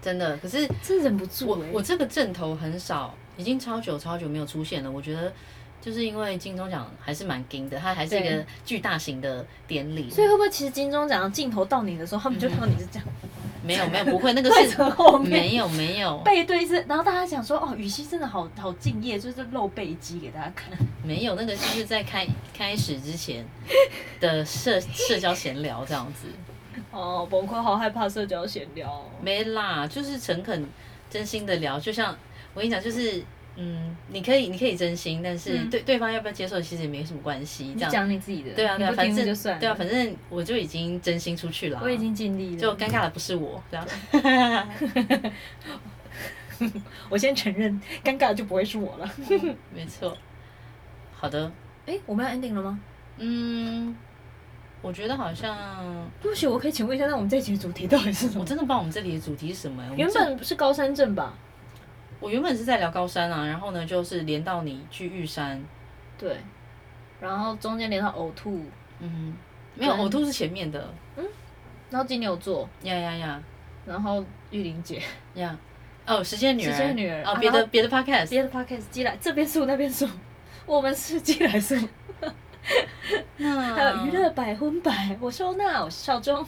Speaker 1: 真的。可是
Speaker 2: 真忍不住
Speaker 1: 我
Speaker 2: 哎、
Speaker 1: 我这个阵头很少，已经超久超久没有出现了。我觉得就是因为金钟奖还是蛮金的，它还是一个
Speaker 2: 对
Speaker 1: 巨大型的典礼。
Speaker 2: 所以会不会其实金钟奖镜头到你的时候，他们就看到你是这样
Speaker 1: 没有没有不会，那 个
Speaker 2: 对
Speaker 1: 嗯是
Speaker 2: 着后面。
Speaker 1: 没有没有
Speaker 2: 背对是，然后大家想说，哦，雨熙真的好好敬业，就是露背肌给大家看。
Speaker 1: 没有，那个就是在开开始之前的社社交闲聊这样子。
Speaker 2: 哦，崩溃，好害怕社交闲聊哦。
Speaker 1: 没啦，就是诚恳、真心的聊。就像我跟你讲，就是嗯，你可以，你可以真心，但是
Speaker 2: 嗯
Speaker 1: 对、对方要不要接受，其实也没什么关系。
Speaker 2: 你
Speaker 1: 这
Speaker 2: 就
Speaker 1: 样
Speaker 2: 讲你自己的，
Speaker 1: 对啊，
Speaker 2: 你
Speaker 1: 对啊，
Speaker 2: 不
Speaker 1: 反
Speaker 2: 听
Speaker 1: 正
Speaker 2: 就算了，
Speaker 1: 对啊，反正我就已经真心出去了，
Speaker 2: 我已经尽力了，
Speaker 1: 就尴尬的不是我这样。
Speaker 2: 我先承认，尴尬的就不会是我 了。
Speaker 1: 没错，好的，
Speaker 2: 哎，我们要 ending 了吗？
Speaker 1: 嗯，我觉得好像
Speaker 2: 对不起，我可以请问一下，那我们这一集的主题到底是什
Speaker 1: 我
Speaker 2: 么？
Speaker 1: 真的不知道我们这里的主题是什么、欸。我们
Speaker 2: 原
Speaker 1: 这
Speaker 2: 本是高山症吧？
Speaker 1: 我原本是在聊高山啊，然后呢，就是连到你去玉山，
Speaker 2: 对，然后中间连到呕吐，
Speaker 1: 嗯，没有
Speaker 2: 对
Speaker 1: 呕吐是前面的，
Speaker 2: 然后金牛座，
Speaker 1: 呀呀呀
Speaker 2: 然后玉玲姐，
Speaker 1: 呀，哦，时间女儿，
Speaker 2: 时间女儿
Speaker 1: 哦
Speaker 2: 啊，
Speaker 1: 别
Speaker 2: 然
Speaker 1: 的
Speaker 2: 后
Speaker 1: 别的 podcast，
Speaker 2: 别的 podcast 寄来这边树那边树，我们是寄来树，
Speaker 1: 那
Speaker 2: 还有娱乐百分百，我是欧娜，我是少中，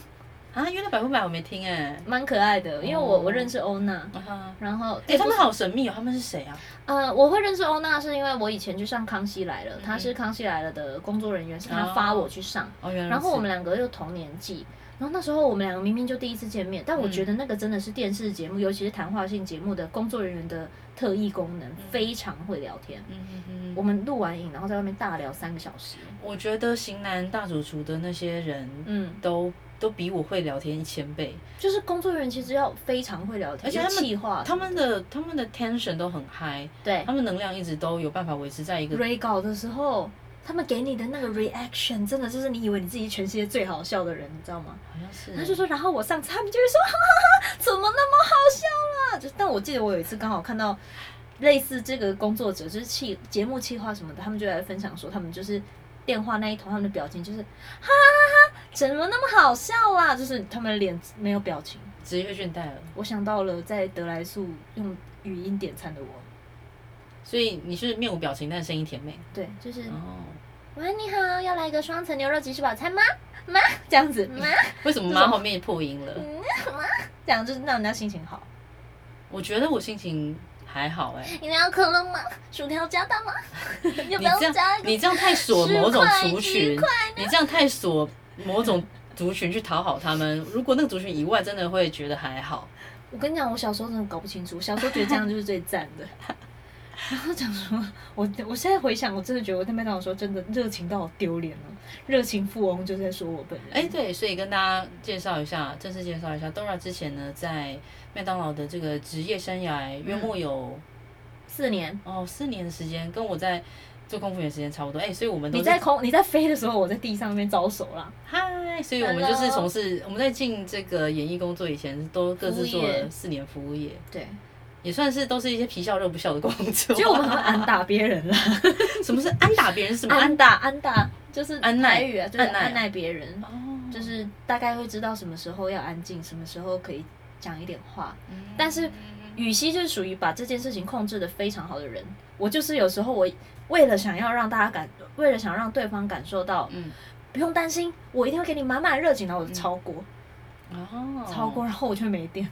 Speaker 1: 啊，娱乐百分百我没听哎，
Speaker 2: 蛮可爱的，因为我我认识欧娜，
Speaker 1: 啊哈，
Speaker 2: 然后
Speaker 1: 哎，他们好神秘哦，他们是谁啊？
Speaker 2: 呃，我会认识欧娜是因为我以前去上《康熙来了》，她是《康熙来了》的工作人员，是她发我去上，
Speaker 1: 哦，原来
Speaker 2: 然后我们
Speaker 1: 来，
Speaker 2: 两个又同年纪。然后那时候我们两个明明就第一次见面，但我觉得那个真的是电视节目，尤其是谈话性节目的工作人员的特异功能，非常会聊天。
Speaker 1: 嗯嗯嗯，我
Speaker 2: 我们录完影，然后在外面大聊三个小时。
Speaker 1: 我觉得型男大主厨的那些人
Speaker 2: 嗯，
Speaker 1: 都都比我会聊天一千倍，
Speaker 2: 就是工作人员其实要非常会聊天，
Speaker 1: 而且
Speaker 2: 有
Speaker 1: 他们
Speaker 2: 气话，
Speaker 1: 他们的他们的 tension 都很嗨，
Speaker 2: 对
Speaker 1: 他们能量一直都有办法维持在一个
Speaker 2: re 稿的时候，他们给你的那个 reaction 真的就是你以为你自己全世界最好笑的人，你知道吗？
Speaker 1: 好像是
Speaker 2: 他就说，然后我上次他们就会说，哈 哈哈，怎么那么好笑啦？啊就但我记得我有一次刚好看到类似这个工作者，就是气节目企划什么的，他们就来分享说，他们就是电话那一头，他们的表情就是哈哈哈，怎么那么好笑啦？就是他们的脸没有表情。
Speaker 1: 职业倦怠了。
Speaker 2: 我想到了在德莱素用语音点餐的我，
Speaker 1: 所以你是面无表情，但声音甜美。
Speaker 2: 对，就是、
Speaker 1: 哦，
Speaker 3: 喂，你好，要来一个双层牛肉吉士堡餐吗？
Speaker 2: 这样子，
Speaker 3: 妈，
Speaker 1: 为什么妈后面破音了？
Speaker 2: 这样就是让人家心情好。
Speaker 1: 我觉得我心情还好哎、
Speaker 3: 你要可乐吗？薯条加 大吗？要不
Speaker 1: 你
Speaker 3: 要
Speaker 1: 这
Speaker 3: 加
Speaker 1: 样
Speaker 3: 一个？
Speaker 1: 你这样太锁某种族群
Speaker 3: 十块十，
Speaker 1: 你这样太锁某种族群去讨好他们。如果那个族群以外，真的会觉得还好。
Speaker 2: 我跟你讲，我小时候真的搞不清楚，小时候觉得这样就是最赞的。 然后讲说，我我现在回想，我真的觉得我在麦当劳的时候真的热情到我丢脸了，热情富翁就在说我本人。
Speaker 1: 哎、对，所以跟大家介绍一下，正式介绍一下，Dora 之前呢在麦当劳的这个职业生涯约莫有、
Speaker 2: 四年，
Speaker 1: 哦四年的时间，跟我在做空服员时间差不多。哎、所以我们都是
Speaker 2: 你 在空你在飞的时候，我在地上那边招手啦。
Speaker 1: 嗨，所以我们就是从事我们在进这个演艺工作以前，都各自做
Speaker 2: 服务
Speaker 1: 了
Speaker 2: 业
Speaker 1: 四年服务业，
Speaker 2: 对，
Speaker 1: 也算是都是一些皮笑肉不笑的工作。啊
Speaker 2: 就我们很安打别人啦，
Speaker 1: 什么是安打别人？是什么安
Speaker 2: 安打安打就是
Speaker 1: 安奈
Speaker 2: 台语啊，就是
Speaker 1: 按奈
Speaker 2: 安奈别人，
Speaker 1: 哦
Speaker 2: 就是大概会知道什么时候要安静，什么时候可以讲一点话。但是雨熙就是属于把这件事情控制的非常好的人。我就是有时候我为了想要让大家感，为了想让对方感受到
Speaker 1: 嗯，
Speaker 2: 不用担心，我一定会给你满满热情，然后我就超过、
Speaker 1: 哦，
Speaker 2: 超过，然后我却没电。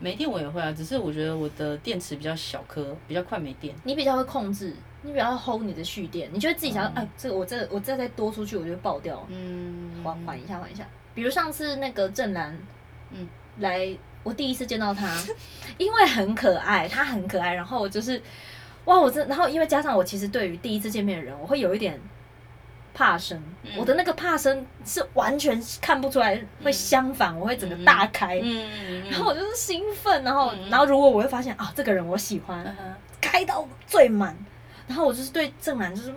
Speaker 1: 没电我也会啊，只是我觉得我的电池比较小颗，比较快没电。
Speaker 2: 你比较会控制，你比较会 hold 你的蓄电，你就会自己想要，哎、这个我这我这再多出去，我就会爆掉，
Speaker 1: 嗯
Speaker 2: 缓缓一下，缓一下。比如上次那个郑楠，
Speaker 1: 嗯
Speaker 2: 嗯，来，我第一次见到他， 因为很可爱，他很可爱，然后我就是，哇，我真，然后因为加上我其实对于第一次见面的人，我会有一点。怕生，
Speaker 1: 嗯
Speaker 2: 我的那个怕生是完全看不出来，会相反，我会整个大开，
Speaker 1: 嗯，
Speaker 2: 然后我就是兴奋，然后、
Speaker 1: 嗯
Speaker 2: 然后如果我会发现啊，这个人我喜欢，
Speaker 1: 嗯哼
Speaker 2: 开到最满，然后我就是对正南就是哇，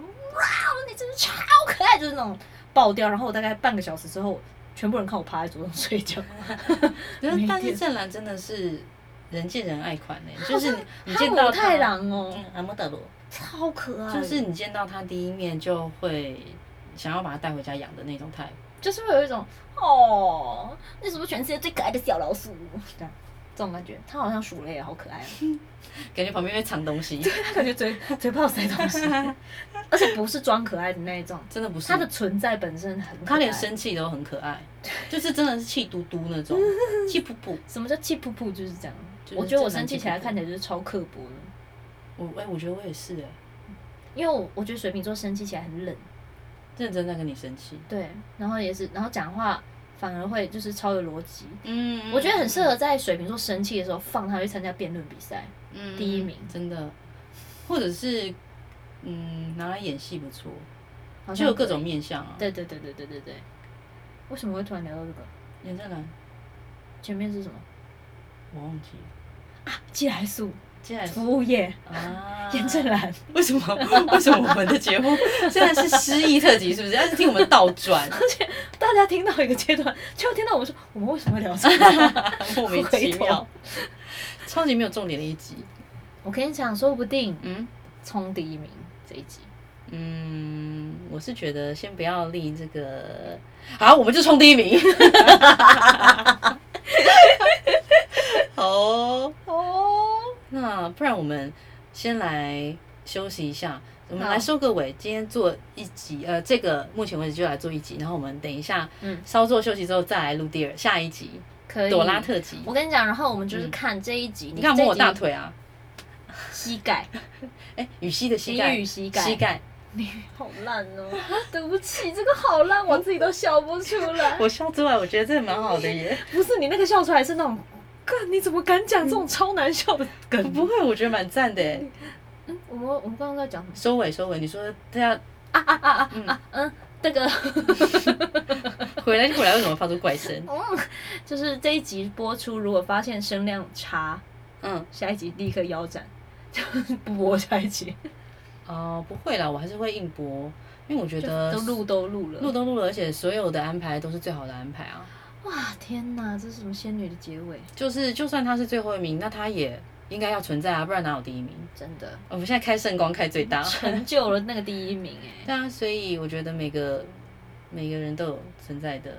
Speaker 2: 你真的超可爱，就是那种爆掉。然后我大概半个小时之后，全部人看我趴在桌上睡觉，
Speaker 1: 可是
Speaker 2: 没
Speaker 1: 但是
Speaker 2: 电
Speaker 1: 郑澜真的是人见人爱款呢、就是你你
Speaker 2: 哈
Speaker 1: 见
Speaker 2: 姆
Speaker 1: 到
Speaker 2: 太
Speaker 1: 他，
Speaker 2: 郎哎哦，
Speaker 1: 嗯，阿莫德罗，
Speaker 2: 超可爱，
Speaker 1: 就是你见到他第一面就会想要把他带回家养的那种 type。
Speaker 2: 就是会有一种哦，那是不是全世界最可爱的小老鼠？这样这种感觉，它好像鼠类，好可爱、啊，
Speaker 1: 感觉旁边会藏东西，
Speaker 2: 它感觉嘴 嘴巴有塞 东西，而且不是装可爱的那一种。
Speaker 1: 真的不是
Speaker 2: 它的存在本身很可爱，
Speaker 1: 他连生气都很可爱，就是真的是气嘟嘟那 种，气噗噗。
Speaker 2: 什么叫气噗噗就是这样。
Speaker 1: 就是
Speaker 2: 我觉得我
Speaker 1: 正男
Speaker 2: 生气起来
Speaker 1: 气噗噗
Speaker 2: 看起来就是超刻薄的，
Speaker 1: 我哎、我觉得我也是哎、
Speaker 2: 因为我我觉得水瓶座生气起来很冷，
Speaker 1: 认真在跟你生气。
Speaker 2: 对，然后也是，然后讲话反而会就是超有逻辑。
Speaker 1: 嗯
Speaker 2: 我觉得很适合在水瓶座生气的时候放他去参加辩论比赛，第一名
Speaker 1: 真的，或者是嗯拿来演戏不错，
Speaker 2: 好
Speaker 1: 就
Speaker 2: 像
Speaker 1: 有各种。面相啊。，
Speaker 2: 对对对对对对对。为什么会突然聊到这个？
Speaker 1: 演正男
Speaker 2: 前面是什么？啊
Speaker 1: 我忘记了，
Speaker 2: 寄来素、
Speaker 1: 接下 来是
Speaker 2: 服务业、
Speaker 1: 啊，
Speaker 2: 严正兰，
Speaker 1: 为什么？为什么我们的节 目现在是失忆特辑？是不是？要是听我们倒转，
Speaker 2: 大家听到一个阶段，就听到我们说我们为什么会聊这个？
Speaker 1: 莫名其
Speaker 2: 回
Speaker 1: 妙
Speaker 2: 头，
Speaker 1: 超级没有重点的一集。
Speaker 2: 我跟你讲，说不定
Speaker 1: 嗯
Speaker 2: 冲第一名这一集。
Speaker 1: 嗯，我是觉得先不要立这个，好，我们就冲第一 名。好哦，
Speaker 2: 哦，
Speaker 1: 那不然我们先来休息一下，我们
Speaker 2: 好
Speaker 1: 来收个尾。今天做一集，呃，这个目前为止就来做一集，然后我们等一下，
Speaker 2: 嗯
Speaker 1: 稍作休息之后再来录第二下一集
Speaker 2: 可以。
Speaker 1: 朵拉特辑。
Speaker 2: 我跟你讲，然后我们就是
Speaker 1: 嗯
Speaker 2: 看这一集，
Speaker 1: 你看摸我
Speaker 2: 这一
Speaker 1: 大
Speaker 2: 集
Speaker 1: 腿啊，
Speaker 2: 膝盖，
Speaker 1: 哎，雨熙的膝
Speaker 2: 淋
Speaker 1: 盖
Speaker 2: 雨，膝盖，
Speaker 1: 膝盖，
Speaker 2: 好烂哦！ 对不起，这个好烂，我自己都笑不出来。
Speaker 1: 我笑出来，我觉得这蛮好的耶。
Speaker 2: 不是你那个笑出来是那种，哥你怎么敢讲这种超难笑的梗？
Speaker 1: 不会，我觉得蛮赞的耶。
Speaker 2: 嗯，我们我们刚刚在讲什么
Speaker 1: 收尾收尾，你说他要
Speaker 2: 啊啊啊啊
Speaker 1: 嗯
Speaker 2: 啊！嗯，那个
Speaker 1: 回来就回来，为什么发出怪声？
Speaker 2: 就是这一集播出，如果发现声量差，
Speaker 1: 嗯，
Speaker 2: 下一集立刻腰斩， 就是不播下一集，
Speaker 1: 哦，不会啦，我还是会硬播，因为我觉
Speaker 2: 就
Speaker 1: 得
Speaker 2: 都录都录
Speaker 1: 录
Speaker 2: 了。
Speaker 1: 都录了，而且所有的安排都是最好的安排啊。
Speaker 2: 哇，天哪，这是什么仙女的结尾？
Speaker 1: 就是就算他是最后一名，那他也应该要存在啊，不然哪有第一名？
Speaker 2: 真的
Speaker 1: 我们现在开圣光开最大，
Speaker 2: 成就了那个第一名 哎。
Speaker 1: 对啊，所以我觉得每个每个人都有存在的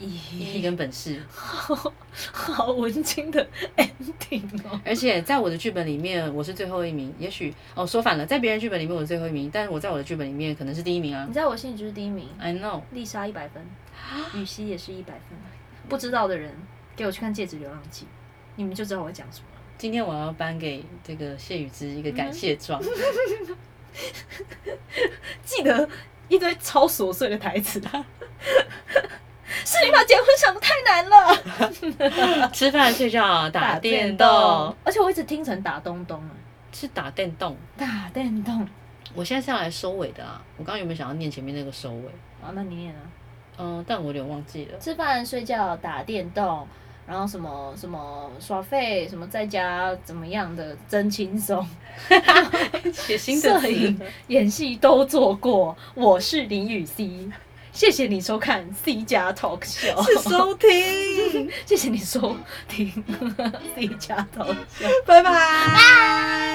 Speaker 1: 意义跟本事。
Speaker 2: 好文青的 ending 哦。
Speaker 1: 而且在我的剧本里面，我是最后一名。也许哦，说反了，在别人剧本里面我是最后一名，但是我在我的剧本里面可能是第一名啊
Speaker 2: 你。在我心里就是第一名，
Speaker 1: I know，
Speaker 2: 丽莎一百 分，雨熙也是一百分。不知道的人给我去看《戒指流浪记》，你们就知道我讲什么了。
Speaker 1: 今天我要颁给这个谢雨之一个感谢状。
Speaker 2: 记得一堆超琐碎的台词啊。 是你把结婚想的太难了，
Speaker 1: 吃饭、睡 觉、啊打电动，，
Speaker 2: 而且我一直听成打东东啊，
Speaker 1: 是打电动。
Speaker 2: 打电动。
Speaker 1: 我现在是要来收尾的啊！我刚刚原本想要念前面那个收尾，呃
Speaker 2: 好，那你念啊。
Speaker 1: 嗯、但我有点忘记了。
Speaker 2: 吃饭、睡觉、打电动，然后什么什么耍废，什么在家怎么样的，真轻松，
Speaker 1: 写新的
Speaker 2: 摄
Speaker 1: 词
Speaker 2: 影、演戏都做过。我是林雨 C，谢谢你收看 C 加 Talk Show，
Speaker 1: 是收听，
Speaker 2: 谢谢你收听 C 加 Talk Show。
Speaker 1: 拜拜。